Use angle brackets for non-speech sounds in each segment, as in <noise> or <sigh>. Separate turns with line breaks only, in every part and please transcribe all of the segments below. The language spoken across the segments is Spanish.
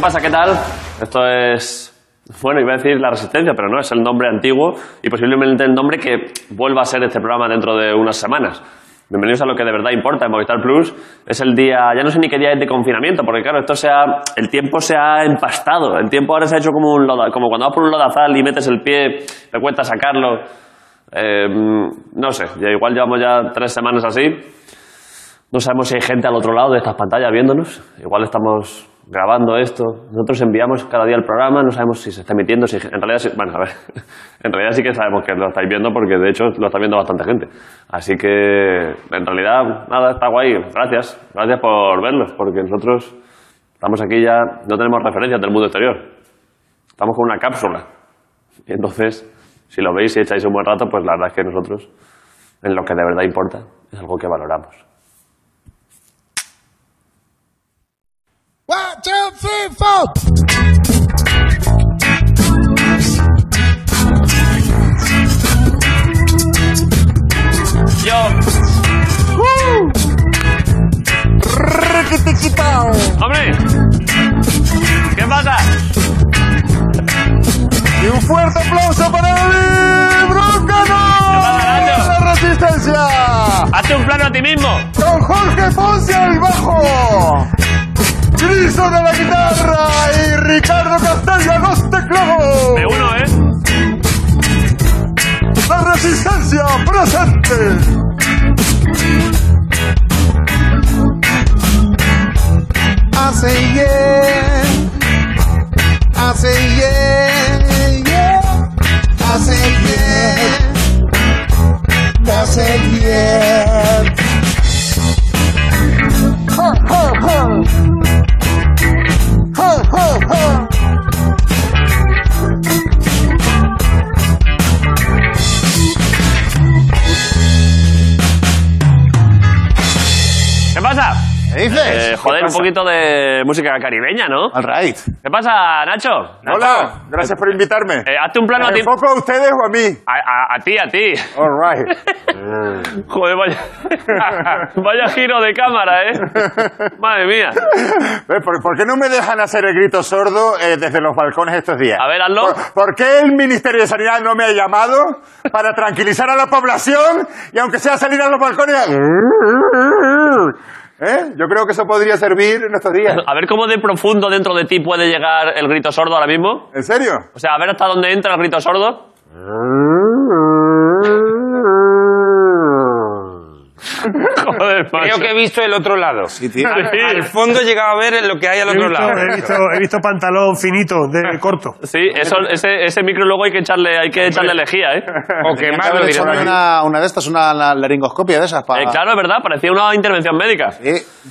pasa? ¿Qué tal? Esto es. Bueno, iba a decir La Resistencia, pero no, es el nombre antiguo y posiblemente el nombre que vuelva a ser este programa dentro de unas semanas. Bienvenidos a lo que de verdad importa en Movistar Plus. Es el día, ya no sé ni qué día es de confinamiento, porque claro, esto se ha, el tiempo se ha empastado. El tiempo ahora se ha hecho como, un loda- como cuando vas por un lodazal y metes el pie, te cuesta sacarlo. Eh, no sé, ya igual llevamos ya tres semanas así. No sabemos si hay gente al otro lado de estas pantallas viéndonos. Igual estamos grabando esto. Nosotros enviamos cada día el programa, no sabemos si se está emitiendo. Si, en realidad, sí- bueno, a ver, <laughs> en realidad sí que sabemos que lo estáis viendo porque de hecho lo está viendo bastante gente. Así que, en realidad, nada, está guay. Gracias, gracias por verlos porque nosotros estamos aquí ya, no tenemos referencias del mundo exterior. Estamos con una cápsula. Y entonces, si lo veis y echáis un buen rato, pues la verdad es que nosotros, en lo que de verdad importa, es algo que valoramos.
One, two, three, four.
Yo,
Riquitiquito.
hombre, ¿qué pasa?
Y un fuerte aplauso para David Broncano.
Nacho?
La resistencia.
Hazte un plano a ti mismo.
Con Jorge Ponce al bajo. Cristo de la guitarra y Ricardo Castaño a los teclados.
Me uno, ¿eh?
La resistencia presente. I say yeah. I say yeah, yeah. I say yeah. I say yeah. Ho, ho, ho. Ho, ho, ho.
¿Qué pasa?
¿Qué dices?
Eh,
¿Qué
joder, un
pasa?
poquito de música caribeña, ¿no?
All right.
¿Qué pasa, Nacho?
Hola, gracias por invitarme.
Eh, hazte un plano a
¿Me
ti.
enfoco a ustedes o a mí?
A, a- a ti, a ti.
All right.
<laughs> Joder, vaya. <laughs> vaya giro de cámara,
<laughs>
¿eh? Madre mía.
Eh, ¿Por, por qué no me dejan hacer el grito sordo eh, desde los balcones estos días?
A ver, hazlo.
¿Por, por qué el Ministerio de Sanidad no me ha llamado para tranquilizar a la población y aunque sea salir a los balcones? a- ¿Eh? Yo creo que eso podría servir en estos días.
<laughs> A ver cómo de profundo dentro de ti puede llegar el grito sordo ahora mismo.
¿En serio?
O sea, a ver hasta dónde entra el grito sordo. <laughs> Joder,
Creo
macho.
que he visto el otro lado. Al,
Sí.
al fondo he llegado a ver lo que hay al
He
otro
visto,
lado.
he visto- he visto pantalón finito, de corto.
Sí, eso, ese, ese micro luego hay que echarle, hay que echarle lejía, ¿eh?
<laughs> O quemarlo
haber hecho
directamente.
Una-
de estas, una laringoscopia de esas para...
Eh, claro, es verdad, parecía una intervención médica.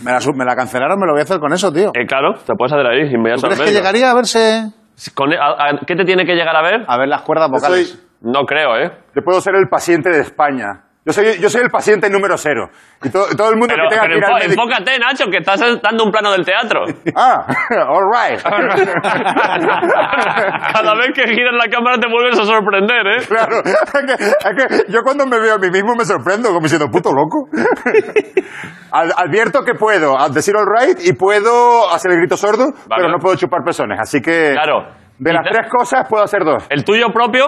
me, la, su- me la cancelaron, me lo voy a hacer con eso, tío.
Eh, claro, te puedes hacer ahí, y me voy a
¿Tú crees que
sorprender.
llegaría Ah. a verse...
Con- a- a- ¿Qué te tiene que llegar a ver?
A ver las cuerdas
Yo,
vocales.
soy,
No creo, ¿eh?
yo puedo ser el paciente de España. Yo soy, yo soy el paciente número cero. Y to- todo el mundo
Pero,
que tenga
pero
que ir al
enfo-
médico-
enfócate, Nacho, que estás dando un plano del
<laughs>
teatro. <laughs>
Ah, <laughs> all right.
Cada vez que giras la cámara te vuelves a sorprender, ¿eh?
Claro, es que, es que yo cuando me veo a mí mismo me sorprendo, como diciendo, puto
<laughs>
loco. Al- advierto que puedo al decir all right y puedo hacer el grito sordo, pero no puedo chupar personas. Así que,
Claro.
de las
Quizá-
tres cosas puedo hacer dos.
¿El tuyo propio?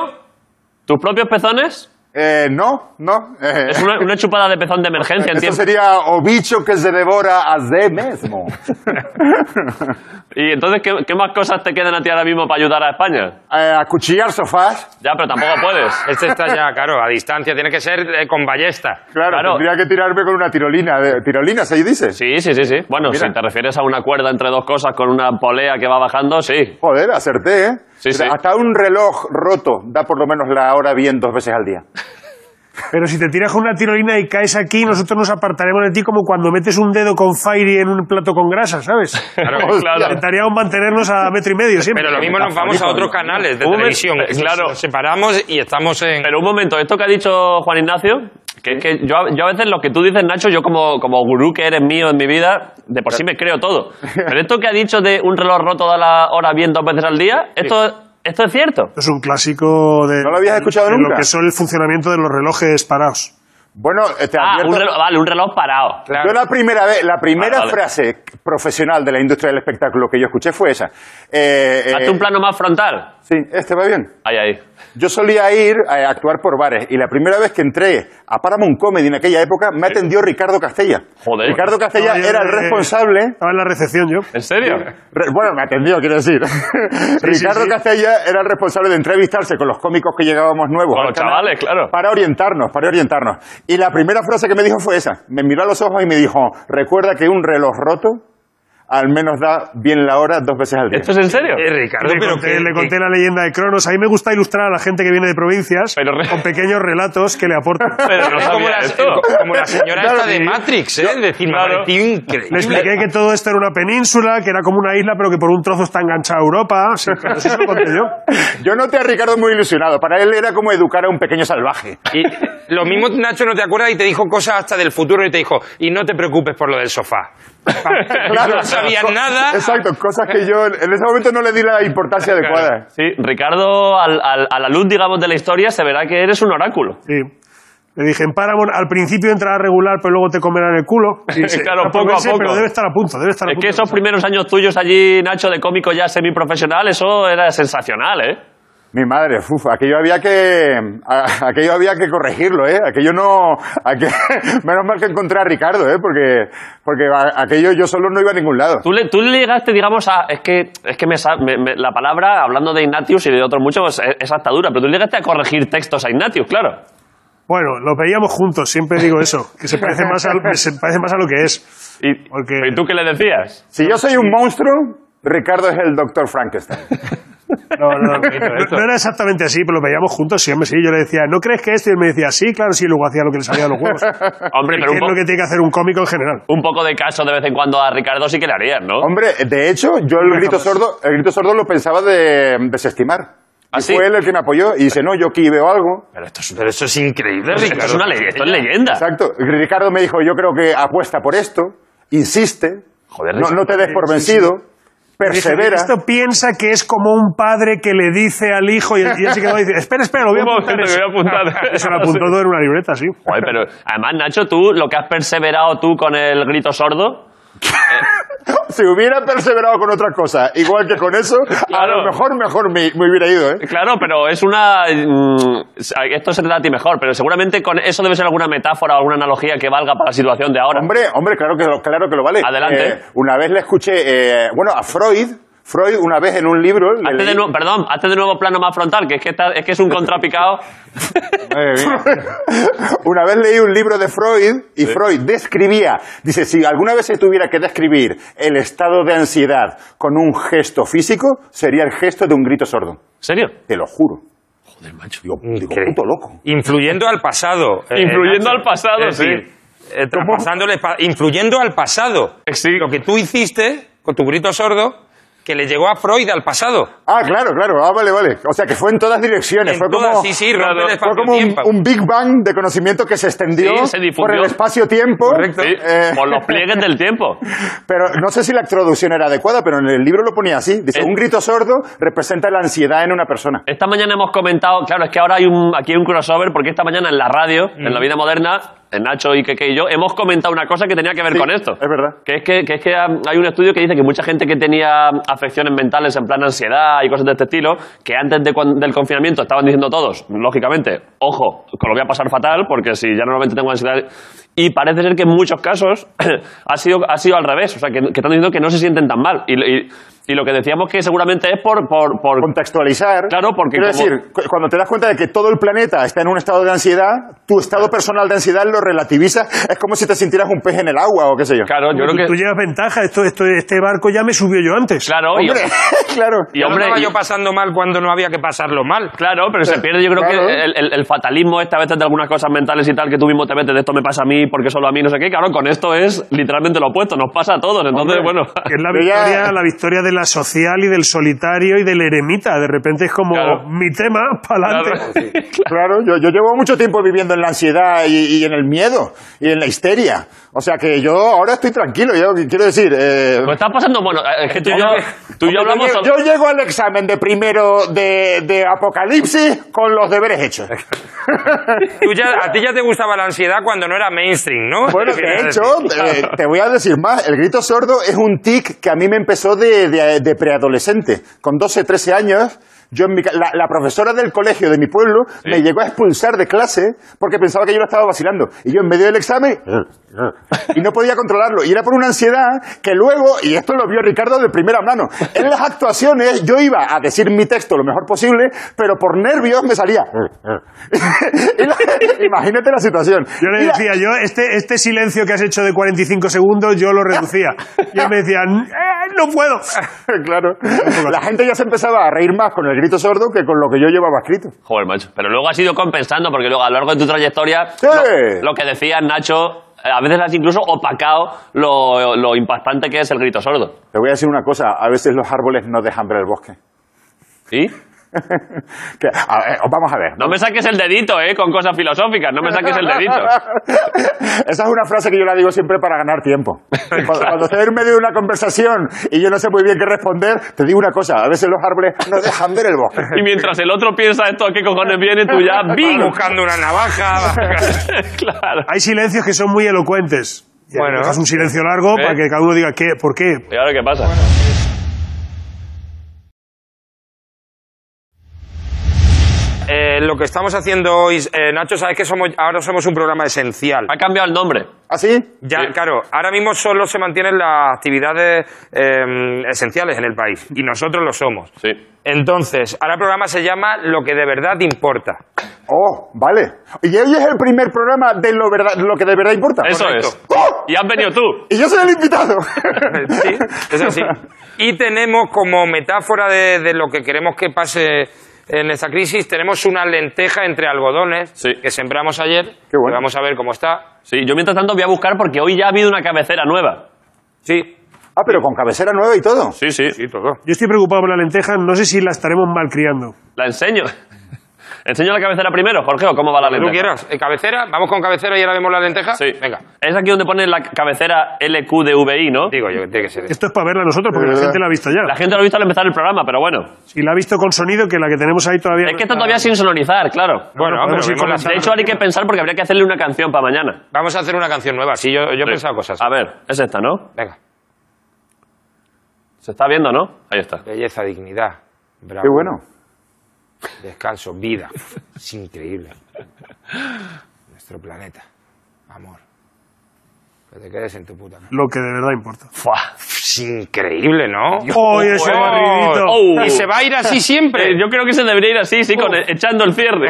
¿Tus propios pezones?
Eh, no, no. eh,
Es una, una chupada de pezón de emergencia,
<laughs> eso
¿entiendes?
sería o bicho que se devora a sí
<laughs>
mismo.
Y entonces, ¿qué, qué más cosas te quedan a ti ahora mismo para ayudar a España?
Eh, acuchillar sofás.
Ya, pero tampoco puedes.
Este está ya, claro, a distancia. Tiene que ser eh, con ballesta.
Claro,
Claro.
tendría que tirarme con una tirolina. de- ¿Tirolina se dice?
Sí, sí, sí, sí. Bueno,
Mira.
si te refieres a una cuerda entre dos cosas con una polea que va bajando, sí.
Joder, acerté, ¿eh?
Sí, sí.
Hasta un reloj roto da por lo menos la hora bien dos veces al día.
Pero si te tiras con una tirolina y caes aquí, nosotros nos apartaremos de ti como cuando metes un dedo con Fairy en un plato con grasa, ¿sabes?
Claro,
<laughs> claro.
Intentaríamos mantenernos a metro y medio siempre.
Pero lo mismo nos vamos a otros canales de
Un momento,
televisión.
eh, claro.
Nos separamos y estamos en...
Pero un momento, esto que ha dicho Juan Ignacio, que es que yo, a- yo a veces lo que tú dices, Nacho, yo como, como gurú que eres mío en mi vida, de por sí me creo todo. Pero esto que ha dicho de un reloj roto da la hora bien dos veces al día, esto, esto es cierto.
Es un clásico de,
¿No lo habías escuchado
de
nunca?
lo que son el funcionamiento de los relojes parados.
Bueno, eh, te
Ah,
advierto-
un reloj, vale, un reloj parado.
Claro.
Yo la primera vez, la primera
Vale, vale.
frase profesional de la industria del espectáculo que yo escuché fue esa. Eh, eh,
Hazte un plano más frontal.
Sí, este va bien.
Ahí, ahí.
Yo solía ir a actuar por bares y la primera vez que entré a Paramount Comedy en aquella época me atendió Ricardo Castella.
Joder.
Ricardo Castella
No, yo-
era el responsable.
Estaba en la recepción yo.
¿En serio?
re- bueno, me atendió, quiero decir. <laughs> Ricardo
sí.
Castella era el responsable de entrevistarse con los cómicos que llegábamos nuevos.
Con
al
los
canal
chavales, claro.
Para orientarnos, para orientarnos. Y la primera frase que me dijo fue esa. Me miró a los ojos y me dijo, recuerda que un reloj roto al menos da bien la hora dos veces al día.
¿Esto es en serio?
Eh, Ricardo,
le,
pero
conté,
que-
le
que-
conté la leyenda de Cronos. A mí me gusta ilustrar a la gente que viene de provincias
Pero re-
con pequeños relatos que le aportan.
Pero no
Es como
sabía
la,
esto.
como la señora
Claro,
esta de
sí.
Matrix, ¿eh? Es decir, me
claro.
pareció increíble.
Le expliqué que todo esto era una península, que era como una isla, pero que por un trozo está enganchada a Europa. Sí, claro, sí, se lo conté yo.
Yo noté a Ricardo muy ilusionado. Para él era como educar a un pequeño salvaje.
Y lo mismo Nacho no te acuerdas y te dijo cosas hasta del futuro y te dijo, y no te preocupes por lo del sofá.
<laughs>
no sabía
co-
nada.
Exacto, cosas que yo en ese momento no le di la importancia adecuada.
Sí, Ricardo, al- al- a la luz, digamos, de la historia, se verá que eres un oráculo.
Sí. Le dije, en Paramount al principio entrará regular, pero luego te comerán el culo.
<laughs>
Y se-
Claro,
no
poco a
convence,
poco.
pues Pero debe estar a punto, debe estar a
Es
punto.
que esos primeros años tuyos allí, Nacho, de cómico ya semiprofesional, eso era sensacional, ¿eh?
Mi madre, uf, aquello había que a- aquello había que corregirlo, ¿eh? Aquello no aqu- <laughs> menos mal que encontré a Ricardo, ¿eh? Porque porque a- aquello yo solo no iba a ningún lado.
Tú le, tú le llegaste, digamos, a... Es que, es que me, sa- me- me- la palabra, hablando de Ignatius y de otros muchos, pues, es, es hasta dura, pero tú llegaste a corregir textos a Ignatius, claro.
Bueno, los veíamos juntos, siempre digo eso, que se parece más a, se parece más a lo que es.
¿Y,
Porque-
¿y tú qué le decías?
Si yo soy un monstruo, Ricardo es el Dr. Frankenstein.
No, <laughs> no, no, no era exactamente así, pero los veíamos juntos, sí, hombre, sí. Yo le decía, ¿no crees que esto? Y él me decía, sí, claro, sí, y luego hacía lo que le salía de los huevos.
<laughs>
<laughs>
Hombre, pero un,
¿Qué es
po-
lo que tiene que hacer un cómico en general?
un poco de caso de vez en cuando a Ricardo sí que le harías, ¿no?
Hombre, de hecho, yo el grito sordo, el grito sordo lo pensaba de mm, desestimar.
¿Ah,
Y
sí?
fue él el que me apoyó y dice, "No, yo aquí veo algo."
Pero esto, es- pero esto es increíble, Ricardo.
Esto es una leyenda, esto es leyenda.
Exacto. Ricardo me dijo, yo creo que apuesta por esto, insiste,
Joder,
no, no te des por
sí, sí.
vencido,
Dije,
persevera.
Esto piensa que es como un padre que le dice al hijo y, el- y él se quedó y dice, espera, espera, lo voy a
Un
apuntar.
momento, que
eso".
voy a apuntar.
Eso lo apuntó todo en una libreta, sí.
Joder, pero además, Nacho, tú, lo que has perseverado tú con el grito sordo,
<laughs> Si hubiera perseverado con otra cosa, igual que con eso,
Claro.
a lo mejor mejor me, me hubiera ido, ¿eh?
claro, pero es una... mm, esto se te da a ti mejor, pero seguramente con eso debe ser alguna metáfora o alguna analogía que valga para la situación de ahora.
Hombre, hombre, claro que lo, claro que lo vale.
Adelante.
Eh, una vez le escuché, eh, bueno, a Freud, Freud una vez en un libro... le
Hazte de
leí-
nuevo- perdón, hazte de nuevo plano más frontal, que es que, está- es, que es un
<laughs>
contrapicado.
<laughs> Una vez leí un libro de Freud y Freud describía, dice, si alguna vez se tuviera que describir el estado de ansiedad con un gesto físico, sería el gesto de un grito sordo.
¿En serio?
Te lo juro. Joder, macho. Digo,
Increíble.
puto loco.
Influyendo al pasado. eh,
Influyendo
Nacho.
al pasado,
Es
sí.
decir, eh, traspasándole el pa- influyendo al pasado. Lo que tú hiciste con tu grito sordo que le llegó a Freud al pasado.
Ah, claro, claro. Ah, vale, vale. O sea, que fue en todas direcciones.
En
fue
todas,
como,
sí, sí, rompe el
fue como un,
espacio-tiempo.
un Big Bang de conocimiento que se extendió
Sí, se difundió.
por el espacio-tiempo.
Correcto.
Sí,
Eh,
Por los pliegues del tiempo.
<laughs> Pero no sé si la traducción era adecuada, pero en el libro lo ponía así. Dice,
Eh.
un grito sordo representa la ansiedad en una persona.
Esta mañana hemos comentado, claro, es que ahora hay un, aquí hay un crossover, porque esta mañana en la radio, en
Mm.
la vida moderna, en Nacho y Keke y yo, hemos comentado una cosa que tenía que ver
Sí,
con esto.
es verdad.
Que es que, que es que um, hay un estudio que dice que mucha gente que tenía afecciones mentales en plan ansiedad y cosas de este estilo, que antes de cuan- del confinamiento estaban diciendo todos, lógicamente, ojo, que lo voy a pasar fatal, porque si ya normalmente tengo ansiedad. Y parece ser que en muchos casos <clears throat> ha, sido, ha sido al revés, o sea, que, que están diciendo que no se sienten tan mal. Y, y- y lo que decíamos que seguramente es por- por- por
contextualizar.
Claro, porque
Quiero
como-
decir, cu- cuando te das cuenta de que todo el planeta está en un estado de ansiedad, tu estado personal de ansiedad lo relativizas. Es como si te sintieras un pez en el agua o qué sé yo.
Claro, yo
Tú,
creo
tú
que.
llevas ventaja, esto, esto, este barco ya me subió yo antes.
Claro, y,
<laughs> claro.
y
Ya lo
hombre.
estaba
y-
yo pasando mal cuando no había que pasarlo mal.
Claro, pero se pierde yo creo
Eh, Claro.
que el, el- el fatalismo esta vez de algunas cosas mentales y tal que tú mismo te metes de esto me pasa a mí porque solo a
<laughs>
mí no sé qué. Claro, con esto es literalmente lo opuesto, nos pasa a todos. Entonces, bueno,
Que es la
Yo ya-
victoria, la victoria del la social y del solitario y del eremita. De repente es como
Claro.
mi tema, pa'lante.
Claro, yo, yo llevo mucho tiempo viviendo en la ansiedad y, y en el miedo y en la histeria. O sea que yo ahora estoy tranquilo. Yo quiero decir, eh,
Pues está pasando, bueno, es que tú y yo, tú y yo
yo,
hablamos...
llego, yo llego al examen de primero de, de Apocalipsis con los deberes hechos.
Tú ya- a ti ya te gustaba la ansiedad cuando no era mainstream, ¿no?
<laughs> Bueno, de
Quería
hecho,
decir.
eh, te voy a decir más. El grito sordo es un tic que a mí me empezó de, de- de preadolescente. Con 12, 13 años, yo en mi ca- la, la profesora del colegio de mi pueblo me llegó a expulsar de clase porque pensaba que yo lo estaba vacilando. Y yo en medio del examen... Y no podía controlarlo. Y era por una ansiedad que luego, y esto lo vio Ricardo de primera mano, en las actuaciones yo iba a decir mi texto lo mejor posible, pero por nervios me salía... <laughs> Y la- imagínate la situación.
Yo le
Y la-
decía, yo, este, este silencio que has hecho de 45 segundos, yo lo reducía. Y él me decía, "Eh, no puedo.
<laughs> claro. La gente ya se empezaba a reír más con el grito sordo que con lo que yo llevaba escrito.
Joder, macho. Pero luego has ido compensando, porque luego a lo largo de tu trayectoria,
Sí.
lo, lo que decías, Nacho, eh, a veces has incluso opacado lo, lo impactante que es el grito sordo.
Te voy a decir una cosa, a veces los árboles no dejan ver el bosque. <laughs>
¿Sí?
Que- a ver, vamos a ver.
No me saques el dedito, ¿eh? Con cosas filosóficas, no me saques el
<laughs>
dedito.
Esa es una frase que yo la digo siempre para ganar
<laughs>
tiempo. Cuando, cuando estoy en medio de una conversación y yo no sé muy bien qué responder, te digo una cosa, a veces los árboles no dejan ver el bosque.
Y mientras el otro piensa esto, ¿qué cojones viene? Tú ya,
<laughs>
¡bing!
buscando una
<laughs>
navaja.
<laughs> claro.
Hay silencios que son muy elocuentes. Y
Bueno.
dejas un silencio largo para que cada uno diga, ¿qué? ¿por qué?
Y ahora, ¿qué pasa?
Eh, lo que estamos haciendo hoy, eh, Nacho, sabes que somos, ahora somos un programa esencial.
Ha cambiado el nombre.
¿Así?
Ya, claro, ahora mismo solo se mantienen las actividades eh, esenciales en el país y nosotros lo somos.
Sí.
Entonces, ahora el programa se llama Lo que de verdad
<laughs>
importa.
Oh, vale. Y hoy es el primer programa de lo, verdad- lo que de verdad importa.
Eso es.
¡Oh!
Y has venido tú.
Y yo soy
<laughs>
el invitado.
Sí, es
<laughs>
así. Y tenemos como metáfora de, de lo que queremos que pase en esta crisis, tenemos una lenteja entre algodones
Sí.
que sembramos ayer.
Qué bueno.
que Vamos a ver cómo está.
Sí, yo mientras tanto voy a buscar porque hoy ya ha habido una cabecera nueva.
Sí,
Ah, pero con cabecera nueva y todo.
Sí, sí.
sí, todo.
Yo estoy preocupado por la lenteja, no sé si la estaremos malcriando.
La enseño. <laughs> ¿Enseño la cabecera primero, Jorge, o cómo va la
Tú
lenteja?
quieras. Eh, ¿Cabecera? ¿Vamos con cabecera y ahora vemos la lenteja?
Sí.
Venga.
Es aquí donde pone la cabecera LQDVI, ¿no?
Digo yo que tiene que ser.
Esto es para verla nosotros, porque la gente la ha visto ya.
La gente lo ha visto al empezar el programa, pero bueno.
Y la ha visto con sonido, que la que tenemos ahí todavía...
Es
no
que está
está.
todavía sin sonorizar, claro.
Bueno,
no,
pero vemos
podemos ir
la-
comentando.
De hecho, ahora hay que pensar porque habría que hacerle una canción para mañana.
vamos a hacer una canción nueva. Sí, yo, yo he pensado cosas.
A ver, es esta, ¿no?
Venga.
Se está viendo, ¿no? Ahí está.
Belleza, dignidad. Bravo.
Qué bueno.
Descanso, vida. Es increíble. Nuestro planeta. Amor. Que te quedes en tu puta casa.
Lo que de verdad importa.
Es increíble, ¿no?
¡Uy, ese
¡Oh!
barridito!
¡Oh!
Y se va a ir así
Eh,
siempre.
yo creo que se debería ir así, sí, con <laughs> echando el cierre.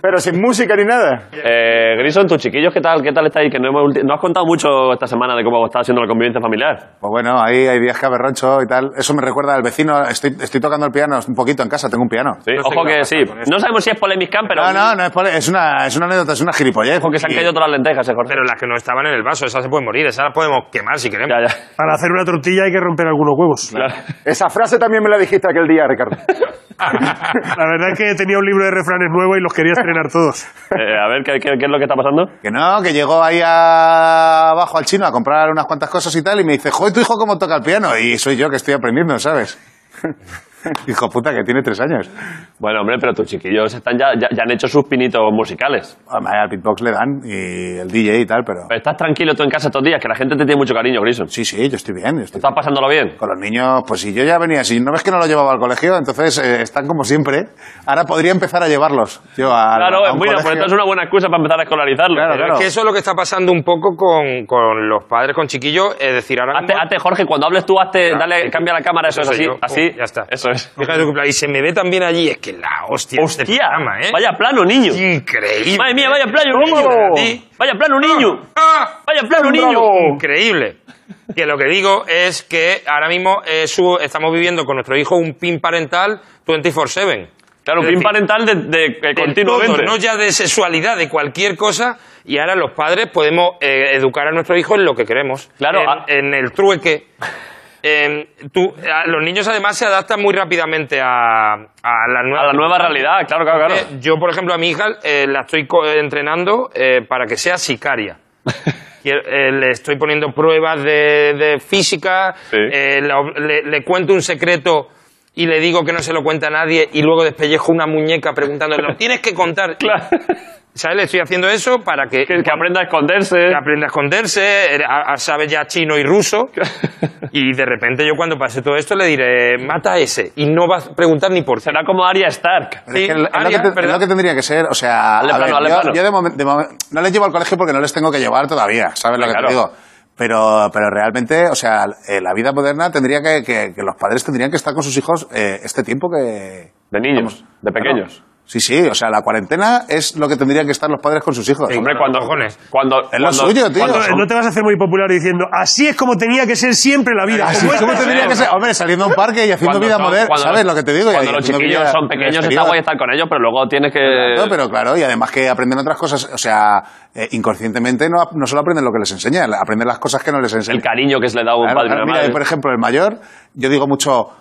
Pero sin música ni nada.
eh, Grison, tus chiquillos, ¿qué tal? ¿Qué tal estáis? Que no, hemos ulti- no has contado mucho esta semana de cómo está haciendo la convivencia familiar.
Pues bueno, ahí hay días que berroncho y tal. Eso me recuerda al vecino. Estoy, estoy tocando el piano un poquito en casa, tengo un piano.
Sí,
No sé
Ojo
qué va
que
a
sí.
pasar con esto.
No sabemos si es polémica, pero...
No, no, no es, por- es una, es una anécdota, es una gilipollez.
Ojo que se han caído todas las lentejas, eh, Jorge.
Pero las que no estaban en el vaso, esas se pueden morir, esas las podemos quemar si queremos.
Ya, ya. <laughs>
Para hacer una tortilla hay que romper algunos huevos.
Esa frase también me la dijiste aquel día, Ricardo.
La verdad es que tenía un libro de refranes nuevo y los quería estrenar
<laughs>
todos.
Eh, a ver, ¿qué, qué, qué es lo que está pasando?
Que no, que llegó ahí a- abajo al chino a comprar unas cuantas cosas y tal, y me dice, joder, tu hijo cómo toca el piano. Y soy yo que estoy aprendiendo, ¿sabes? hijo puta, que tiene tres años.
Bueno, hombre, pero tus chiquillos están ya, ya, ya han hecho sus pinitos musicales.
Hombre, al beatbox le dan, y el DJ y tal, pero...
Pero estás tranquilo tú en casa estos días, que la gente te tiene mucho cariño, Grison.
Sí, sí, yo estoy bien, yo estoy
¿Estás pasándolo bien?
Con los niños, pues si yo ya venía, si no ves que no lo llevaba al colegio, entonces eh, están como siempre. Ahora podría empezar a llevarlos. Yo a,
Claro,
a
es
un
muy
colegio.
pues esto es una buena excusa para empezar a escolarizarlo.
Claro,
Pero
claro.
es
Que eso es lo que está pasando un poco con, con los padres, con chiquillos. Es decir, ahora
que- Hazte,
mismo-
hazte, Jorge, cuando hables tú, hazte,
Claro,
dale,
Ah, sí.
cambia la cámara, eso,
Eso
es así,
soy yo.
así.
Pum, ya está.
Eso es.
Fíjate tú, y se me ve también allí. Es que la hostia. este
Hostia,
programa, ¿eh?
vaya plano, niño.
Increíble.
Madre mía, vaya plano, niño.
Sí.
Vaya plano, niño.
¡Ah!
Vaya plano, niño.
Increíble. Que lo que digo es que ahora mismo eh, su- estamos viviendo con nuestro hijo un pin parental 24-7.
Claro, un
Es
pin
decir,
parental de, de- que
de
continuamente.
todo, no ya de sexualidad, de cualquier cosa. Y ahora los padres podemos eh, educar a nuestro hijo en lo que queremos.
Claro,
En,
ah.
en el trueque. eh, tú- a- los niños además se adaptan muy rápidamente a, a la nueva
A la nueva realidad, claro, claro, claro.
Eh, Yo, por ejemplo, a mi hija eh, la estoy co- entrenando eh, para que
<laughs>
sea sicaria. Quiero- eh, le estoy poniendo pruebas de, de física,
Sí.
eh, la ob- le, le cuento un secreto y le digo que no se lo cuenta a nadie y luego despellejo una muñeca preguntándole, lo tienes que contar.
<laughs> Claro.
¿Sabes? Le estoy haciendo eso para que,
Que, que aprenda a esconderse.
que aprenda a esconderse, eh, a- a- sabe ya chino y ruso. Y de repente yo cuando pase todo esto le diré, mata a ese. Y no va a preguntar ni por qué.
Será como Arya Stark.
Pero es
Sí,
que es lo que
Aria,
te- es
¿verdad?
lo que tendría que ser, o sea,
Dale
a
plano, dale
yo,
plano.
yo de momen- de momen- no les llevo al colegio porque no les tengo que llevar todavía, ¿sabes lo que
Claro.
te digo? Pero, pero realmente, o sea, eh, la vida moderna tendría que, que, que los padres tendrían que estar con sus hijos eh, este tiempo que...
De niños,
Vamos,
de pequeños.
Sí, sí, o sea, la cuarentena es lo que tendrían que estar los padres con sus hijos.
Pues Hombre, cuando,
cojones.
cuando,
es lo
cuando-
suyo, tío.
cuando-
No te vas a hacer muy popular diciendo, así es como tenía que ser siempre la vida.
Así
como
es
esta".
como tendría que ser, hombre, saliendo a un parque y haciendo
cuando
vida
son-
moderna,
cuando
¿sabes
los-
lo que te digo? Y
Cuando los
haciendo
chiquillos
vida
son pequeños está
exterior.
guay estar con ellos, pero luego tienes que...
Claro, pero claro, y además que aprenden otras cosas, o sea, eh, inconscientemente no, no solo aprenden lo que les enseñan, aprenden las cosas que no les enseñan.
El cariño que se le da a un
Claro,
padre y
claro,
una
mira,
madre.
por ejemplo, el mayor, yo digo mucho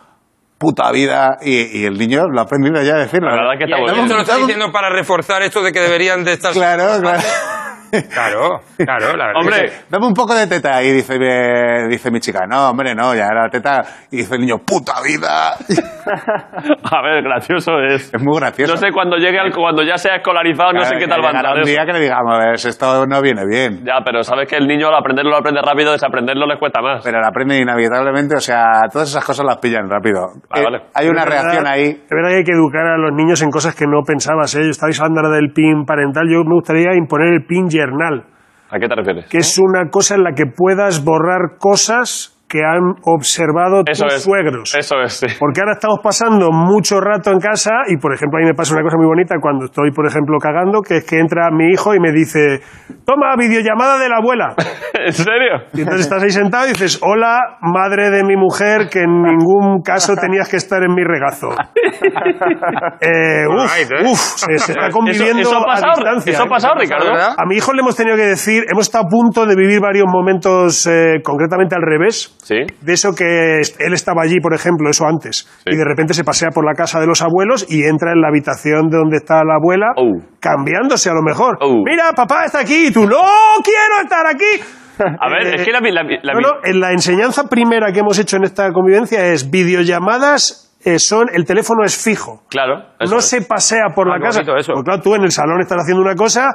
puta vida y, y el niño lo ha aprendido ya a decirlo.
La verdad que está
Y
muy
esto
bien.
Pues lo está diciendo para reforzar esto de que deberían de estar...
<laughs> Claro, claro.
Claro, claro, la verdad.
Hombre,
que sí.
Dame un poco de teta y dice, eh, dice mi chica, no, hombre, no, ya era teta. Y dice el niño, puta vida. <laughs>
<laughs> a ver, gracioso es.
Es muy gracioso.
No sé, cuando llegue al, cuando ya sea escolarizado, no sé
Claro,
qué
ya
tal va a
llegará
andar
un
eso.
día que le digamos, a ver, si esto no viene bien.
Ya, pero sabes que el niño al aprenderlo lo aprende rápido, desaprenderlo les cuesta más.
Pero la aprende inevitablemente, o sea, todas esas cosas las pillan rápido.
Vale,
Eh,
vale.
Hay una
De verdad-
reacción ahí.
De verdad que hay que educar a los niños en cosas que no pensabas. ¿eh? Yo estabais hablando ahora del PIN parental. Yo me gustaría imponer el PIN yernal,
¿A qué te refieres?
que es una cosa en la que puedas borrar cosas que han observado
Eso
tus
es.
suegros.
Eso es, sí.
Porque ahora estamos pasando mucho rato en casa y, por ejemplo, a mí me pasa una cosa muy bonita cuando estoy, por ejemplo, cagando, que es que entra mi hijo y me dice, toma, videollamada de la abuela.
<laughs> ¿En serio?
Y entonces estás ahí sentado y dices, hola, madre de mi mujer, que en ningún caso tenías que estar en mi
<laughs>
regazo. Eh, uf,
Alright, ¿eh?
uf, se, se
<laughs>
está
Eso-
conviviendo
eso ha
a
pasado,
distancia.
eso ha
¿eh?
pasado, Ricardo.
¿verdad?
A mi hijo le hemos tenido que decir, hemos estado a punto de vivir varios momentos eh, concretamente al revés.
Sí.
De eso que est- él estaba allí, por ejemplo, eso antes. Y de repente se pasea por la casa de los abuelos y entra en la habitación de donde está la abuela,
Oh.
cambiándose a lo mejor.
Oh.
Mira, papá está aquí y tú, no quiero estar aquí.
A ver,
Eh,
es que la... vi- la, vi- la
no,
vi-
no, en la enseñanza primera que hemos hecho en esta convivencia es videollamadas eh, son el teléfono es fijo.
Claro. eso
no
es.
se pasea por
Ah,
la
qué
casa.
bonito eso.
Porque, claro, tú en el salón estás haciendo una cosa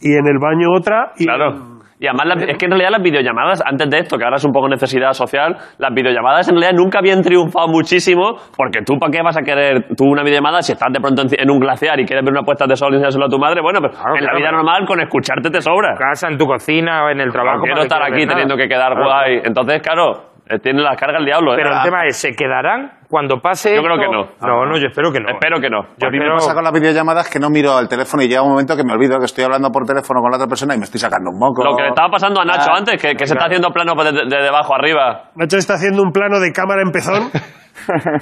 y en el baño otra y
Claro. Y además, la- es que en realidad las videollamadas, antes de esto, que ahora es un poco necesidad social, las videollamadas en realidad nunca habían triunfado muchísimo, porque tú, ¿para qué vas a querer tú una videollamada si estás de pronto en, en un glaciar y quieres ver una puesta de sol y enseñárselo a tu madre? Bueno, pero en la
claro,
vida
claro.
normal, con escucharte te sobra.
casa, en tu cocina, en el trabajo.
No quiero
para
estar
que
aquí
quieras
teniendo
nada.
que quedar
Claro,
guay. Entonces, claro, eh, tiene las cargas el diablo, ¿eh?
Pero el
Ah,
tema es, ¿se quedarán cuando pase
Yo creo
esto?
que no.
No, no, yo espero que no.
Espero que no.
Yo
A mí me
espero-
pasa con las videollamadas que no miro al teléfono y llega un momento que me olvido que estoy hablando por teléfono con la otra persona y me estoy sacando un moco.
Lo que le estaba pasando a Nacho
Ah,
antes, que, que se está haciendo plano de, de- de debajo arriba.
Nacho está haciendo un plano de cámara en
<laughs>
pezón.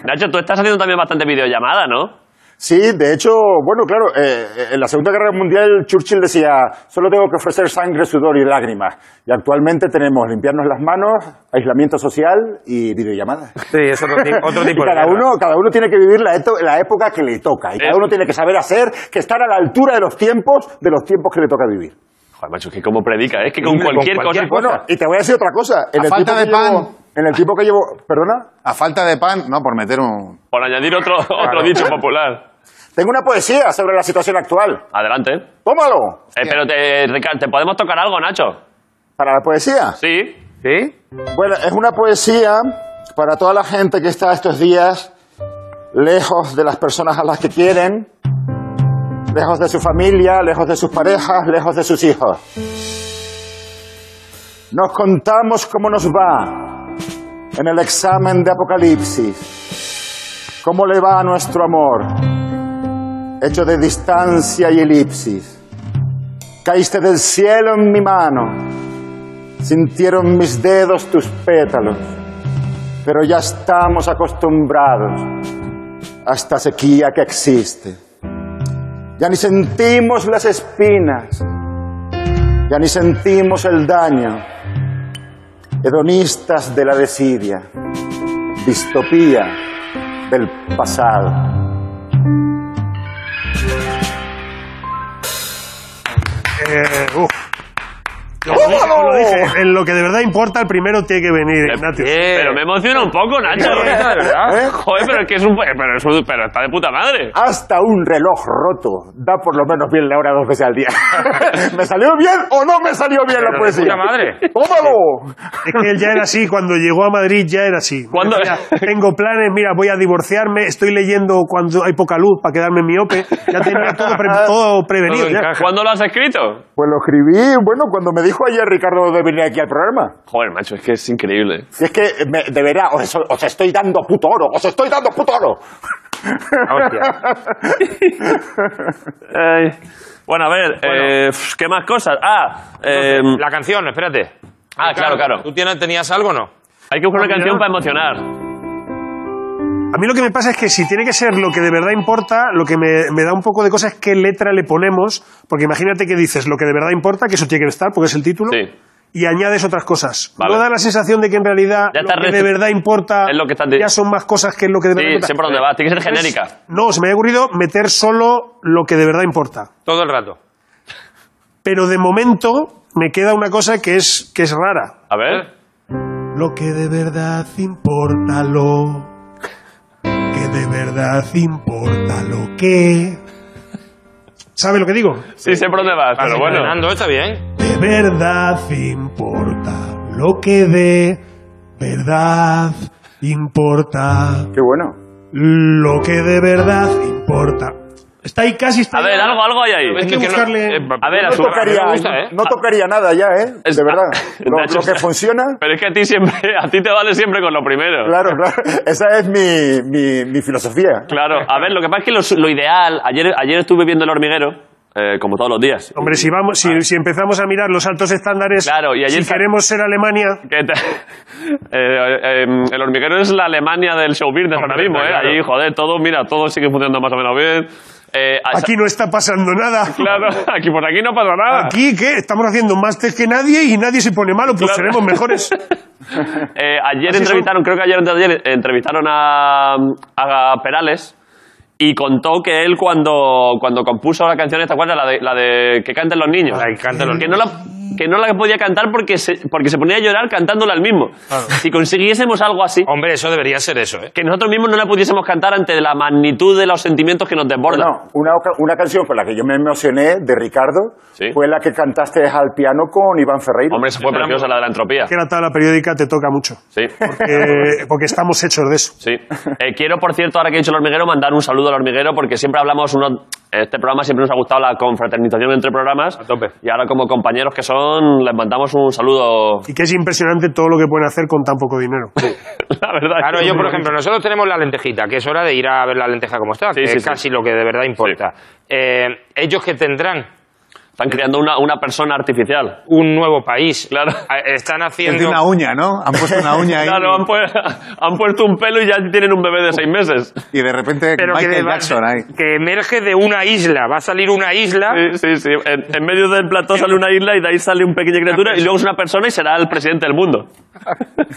Nacho, tú estás haciendo también bastante videollamada, ¿no?
Sí, de hecho, bueno, claro, eh, en la Segunda Guerra Mundial Churchill decía, solo tengo que ofrecer sangre, sudor y lágrimas. Y actualmente tenemos limpiarnos las manos, aislamiento social y videollamadas.
Sí, es
<laughs>
otro, ti- otro
Y
tipo de
cada
guerra.
uno, cada uno tiene que vivir la, eto- la época que le toca. Y cada
Eh.
uno tiene que saber hacer, que estar a la altura de los tiempos, de los tiempos que le toca vivir.
Joder, macho, es que como predica, es que con
Con
cualquier,
cualquier
cosa.
cosa.
Bueno, y te voy a decir otra cosa. En
A falta
tiempo
de
que llevo-
pan.
en el tiempo que llevo, perdona,
A falta de pan, no, por meter un...
Por añadir otro, <laughs> otro dicho popular.
tengo una poesía sobre la situación actual.
Adelante.
Tómalo.
Eh, pero, te, Ricardo, ¿te podemos tocar algo, Nacho?
Para la poesía.
Sí. <laughs>
¿Sí?
Bueno, es una poesía para toda la gente que está estos días lejos de las personas a las que quieren, lejos de su familia, lejos de sus parejas, lejos de sus hijos. Nos contamos cómo nos va en el examen de Apocalipsis, cómo le va a nuestro amor, hecho de distancia y elipsis. Caíste del cielo en mi mano sintieron mis dedos tus pétalos, pero ya estamos acostumbrados a esta sequía que existe. Ya ni sentimos las espinas, ya ni sentimos el daño. hedonistas de la desidia, distopía del pasado.
Eh, uf. Yo lo dije, yo lo dije, en lo que de verdad importa, el primero tiene que venir, Ignacio.
Eh, Pero me emociona un poco, Nacho. de verdad. <laughs> Joder, pero es que es un. Pero, es un- pero está de puta madre.
Hasta un reloj roto da por lo menos bien la hora dos veces al día. <laughs> ¿Me salió bien o no me salió bien la poesía?
puta madre.
¡Tómalo!
Es que él ya era así, cuando llegó a Madrid ya era así.
¿Cuándo?
Mira, tengo planes, mira, voy a divorciarme, estoy leyendo cuando hay poca luz para quedarme miope. Ya tenía
<laughs>
todo, pre- todo prevenido.
Todo
ya.
encaja.
¿Cuándo lo has escrito?
Pues lo escribí, bueno, cuando me dijo ayer Ricardo de venir aquí al programa.
Joder, macho, es que es increíble.
Si es que, me- de verdad, os, os estoy dando puto oro, os estoy dando puto oro.
Ay. Bueno, a ver, eh, pf, ¿qué más cosas? Ah, eh,
La canción, espérate.
ah, claro, claro.
¿Tú tienes- tenías algo o no?
Hay que buscar una
Ah,
canción
mira.
para emocionar.
A mí lo que me pasa es que si tiene que ser lo que de verdad importa, lo que me, me da un poco de cosa es qué letra le ponemos, porque imagínate que dices lo que de verdad importa, que eso tiene que estar, porque es el título,
Sí.
y añades otras cosas.
Vale.
No da la sensación de que en realidad
Ya
lo
está
que de
reci-
verdad importa
Es lo que estás di-
ya son más cosas que lo que de verdad
Sí,
importa.
sé por dónde vas. Tiene que ser
Entonces,
genérica.
No, se me ha ocurrido meter solo lo que de verdad importa.
Todo el rato.
Pero de momento me queda una cosa que es, que es rara.
A ver.
Lo que de verdad importa, lo que de verdad importa, lo que... ¿Sabe lo que digo?
Sí, sé por dónde vas, pero bueno.
Fernando, está bien.
De verdad importa, lo que de verdad importa,
Qué bueno.
lo que de verdad importa. Está ahí casi, está
A
ahí.
ver, algo, algo hay ahí.
Hay que
que no-
buscarle...
eh,
A ver,
No
a su-
tocaría,
me gusta, ¿eh?
Ah,
no tocaría nada ya, ¿eh?
Es-
De verdad. Lo,
Nacho,
lo que
está-
funciona.
Pero es que a ti siempre, <laughs> a ti te vale siempre con lo primero.
Claro, claro. Esa es mi, mi, mi filosofía.
Claro, a ver, lo que pasa es que los- lo, ideal, ayer, ayer estuve viendo el hormiguero, eh, como todos los días.
Hombre, si, vamos, si, si empezamos a mirar los altos estándares,
Claro, y ayer
si
sa-
queremos ser Alemania...
Que te- <laughs> eh, eh, el hormiguero es la Alemania del show business ahora mismo, ¿eh? Allí, joder, todo, mira, todo sigue funcionando más o menos bien. Eh, a-
Aquí no está pasando nada.
<laughs> Claro, aquí por aquí no pasa nada.
Aquí, ¿qué? Estamos haciendo más test que nadie y nadie se pone malo, pues
Claro. <laughs>
seremos mejores.
Eh, ayer
Así son.
entrevistaron, creo que ayer, antes de ayer, eh, entrevistaron a, a Perales y contó que él cuando, cuando compuso la canción esta, ¿cuál era? La de, la de que canten los niños.
La que canten los
que no la que no la podía cantar porque se, porque se ponía a llorar cantándola al mismo. Si consiguiésemos algo así,
Hombre, eso debería ser eso, ¿eh?
que nosotros mismos no la pudiésemos cantar ante la magnitud de los sentimientos que nos desbordan.
No, una, oca- una canción con la que yo me emocioné de Ricardo
Sí.
fue la que cantaste al piano con Iván Ferreira.
Hombre, esa fue preciosa la de la entropía.
que la tabla periódica te toca mucho.
Sí. <laughs>
Eh, porque estamos hechos de eso.
Sí. Eh, quiero, por cierto, ahora que he dicho el hormiguero, mandar un saludo al hormiguero porque siempre hablamos, uno, este programa siempre nos ha gustado la confraternización entre programas. A
tope.
Y ahora como compañeros que son, les mandamos un saludo. <laughs>
Y que es impresionante todo lo que pueden hacer con tan poco dinero.
la verdad.
Claro,
es que-
yo, por ejemplo, nosotros tenemos la lentejita, que es hora de ir a ver la lenteja como está,
Sí,
que
sí,
es
sí.
casi lo que de verdad importa. Eh, ellos que tendrán
Están creando una, una persona artificial.
un nuevo país,
Claro.
a- están
Es de
haciendo...
una uña, ¿no? Han puesto una
<laughs>
uña ahí.
Claro, han, pu- <laughs> han puesto un pelo y ya tienen un bebé de seis meses.
Y de repente
pero que,
Michael
de-
Jackson ahí.
que emerge de una isla, va a salir una isla...
Sí, sí, sí. En, en medio del plató sale una isla y de ahí sale una pequeña criatura y luego es una persona y será el presidente del mundo.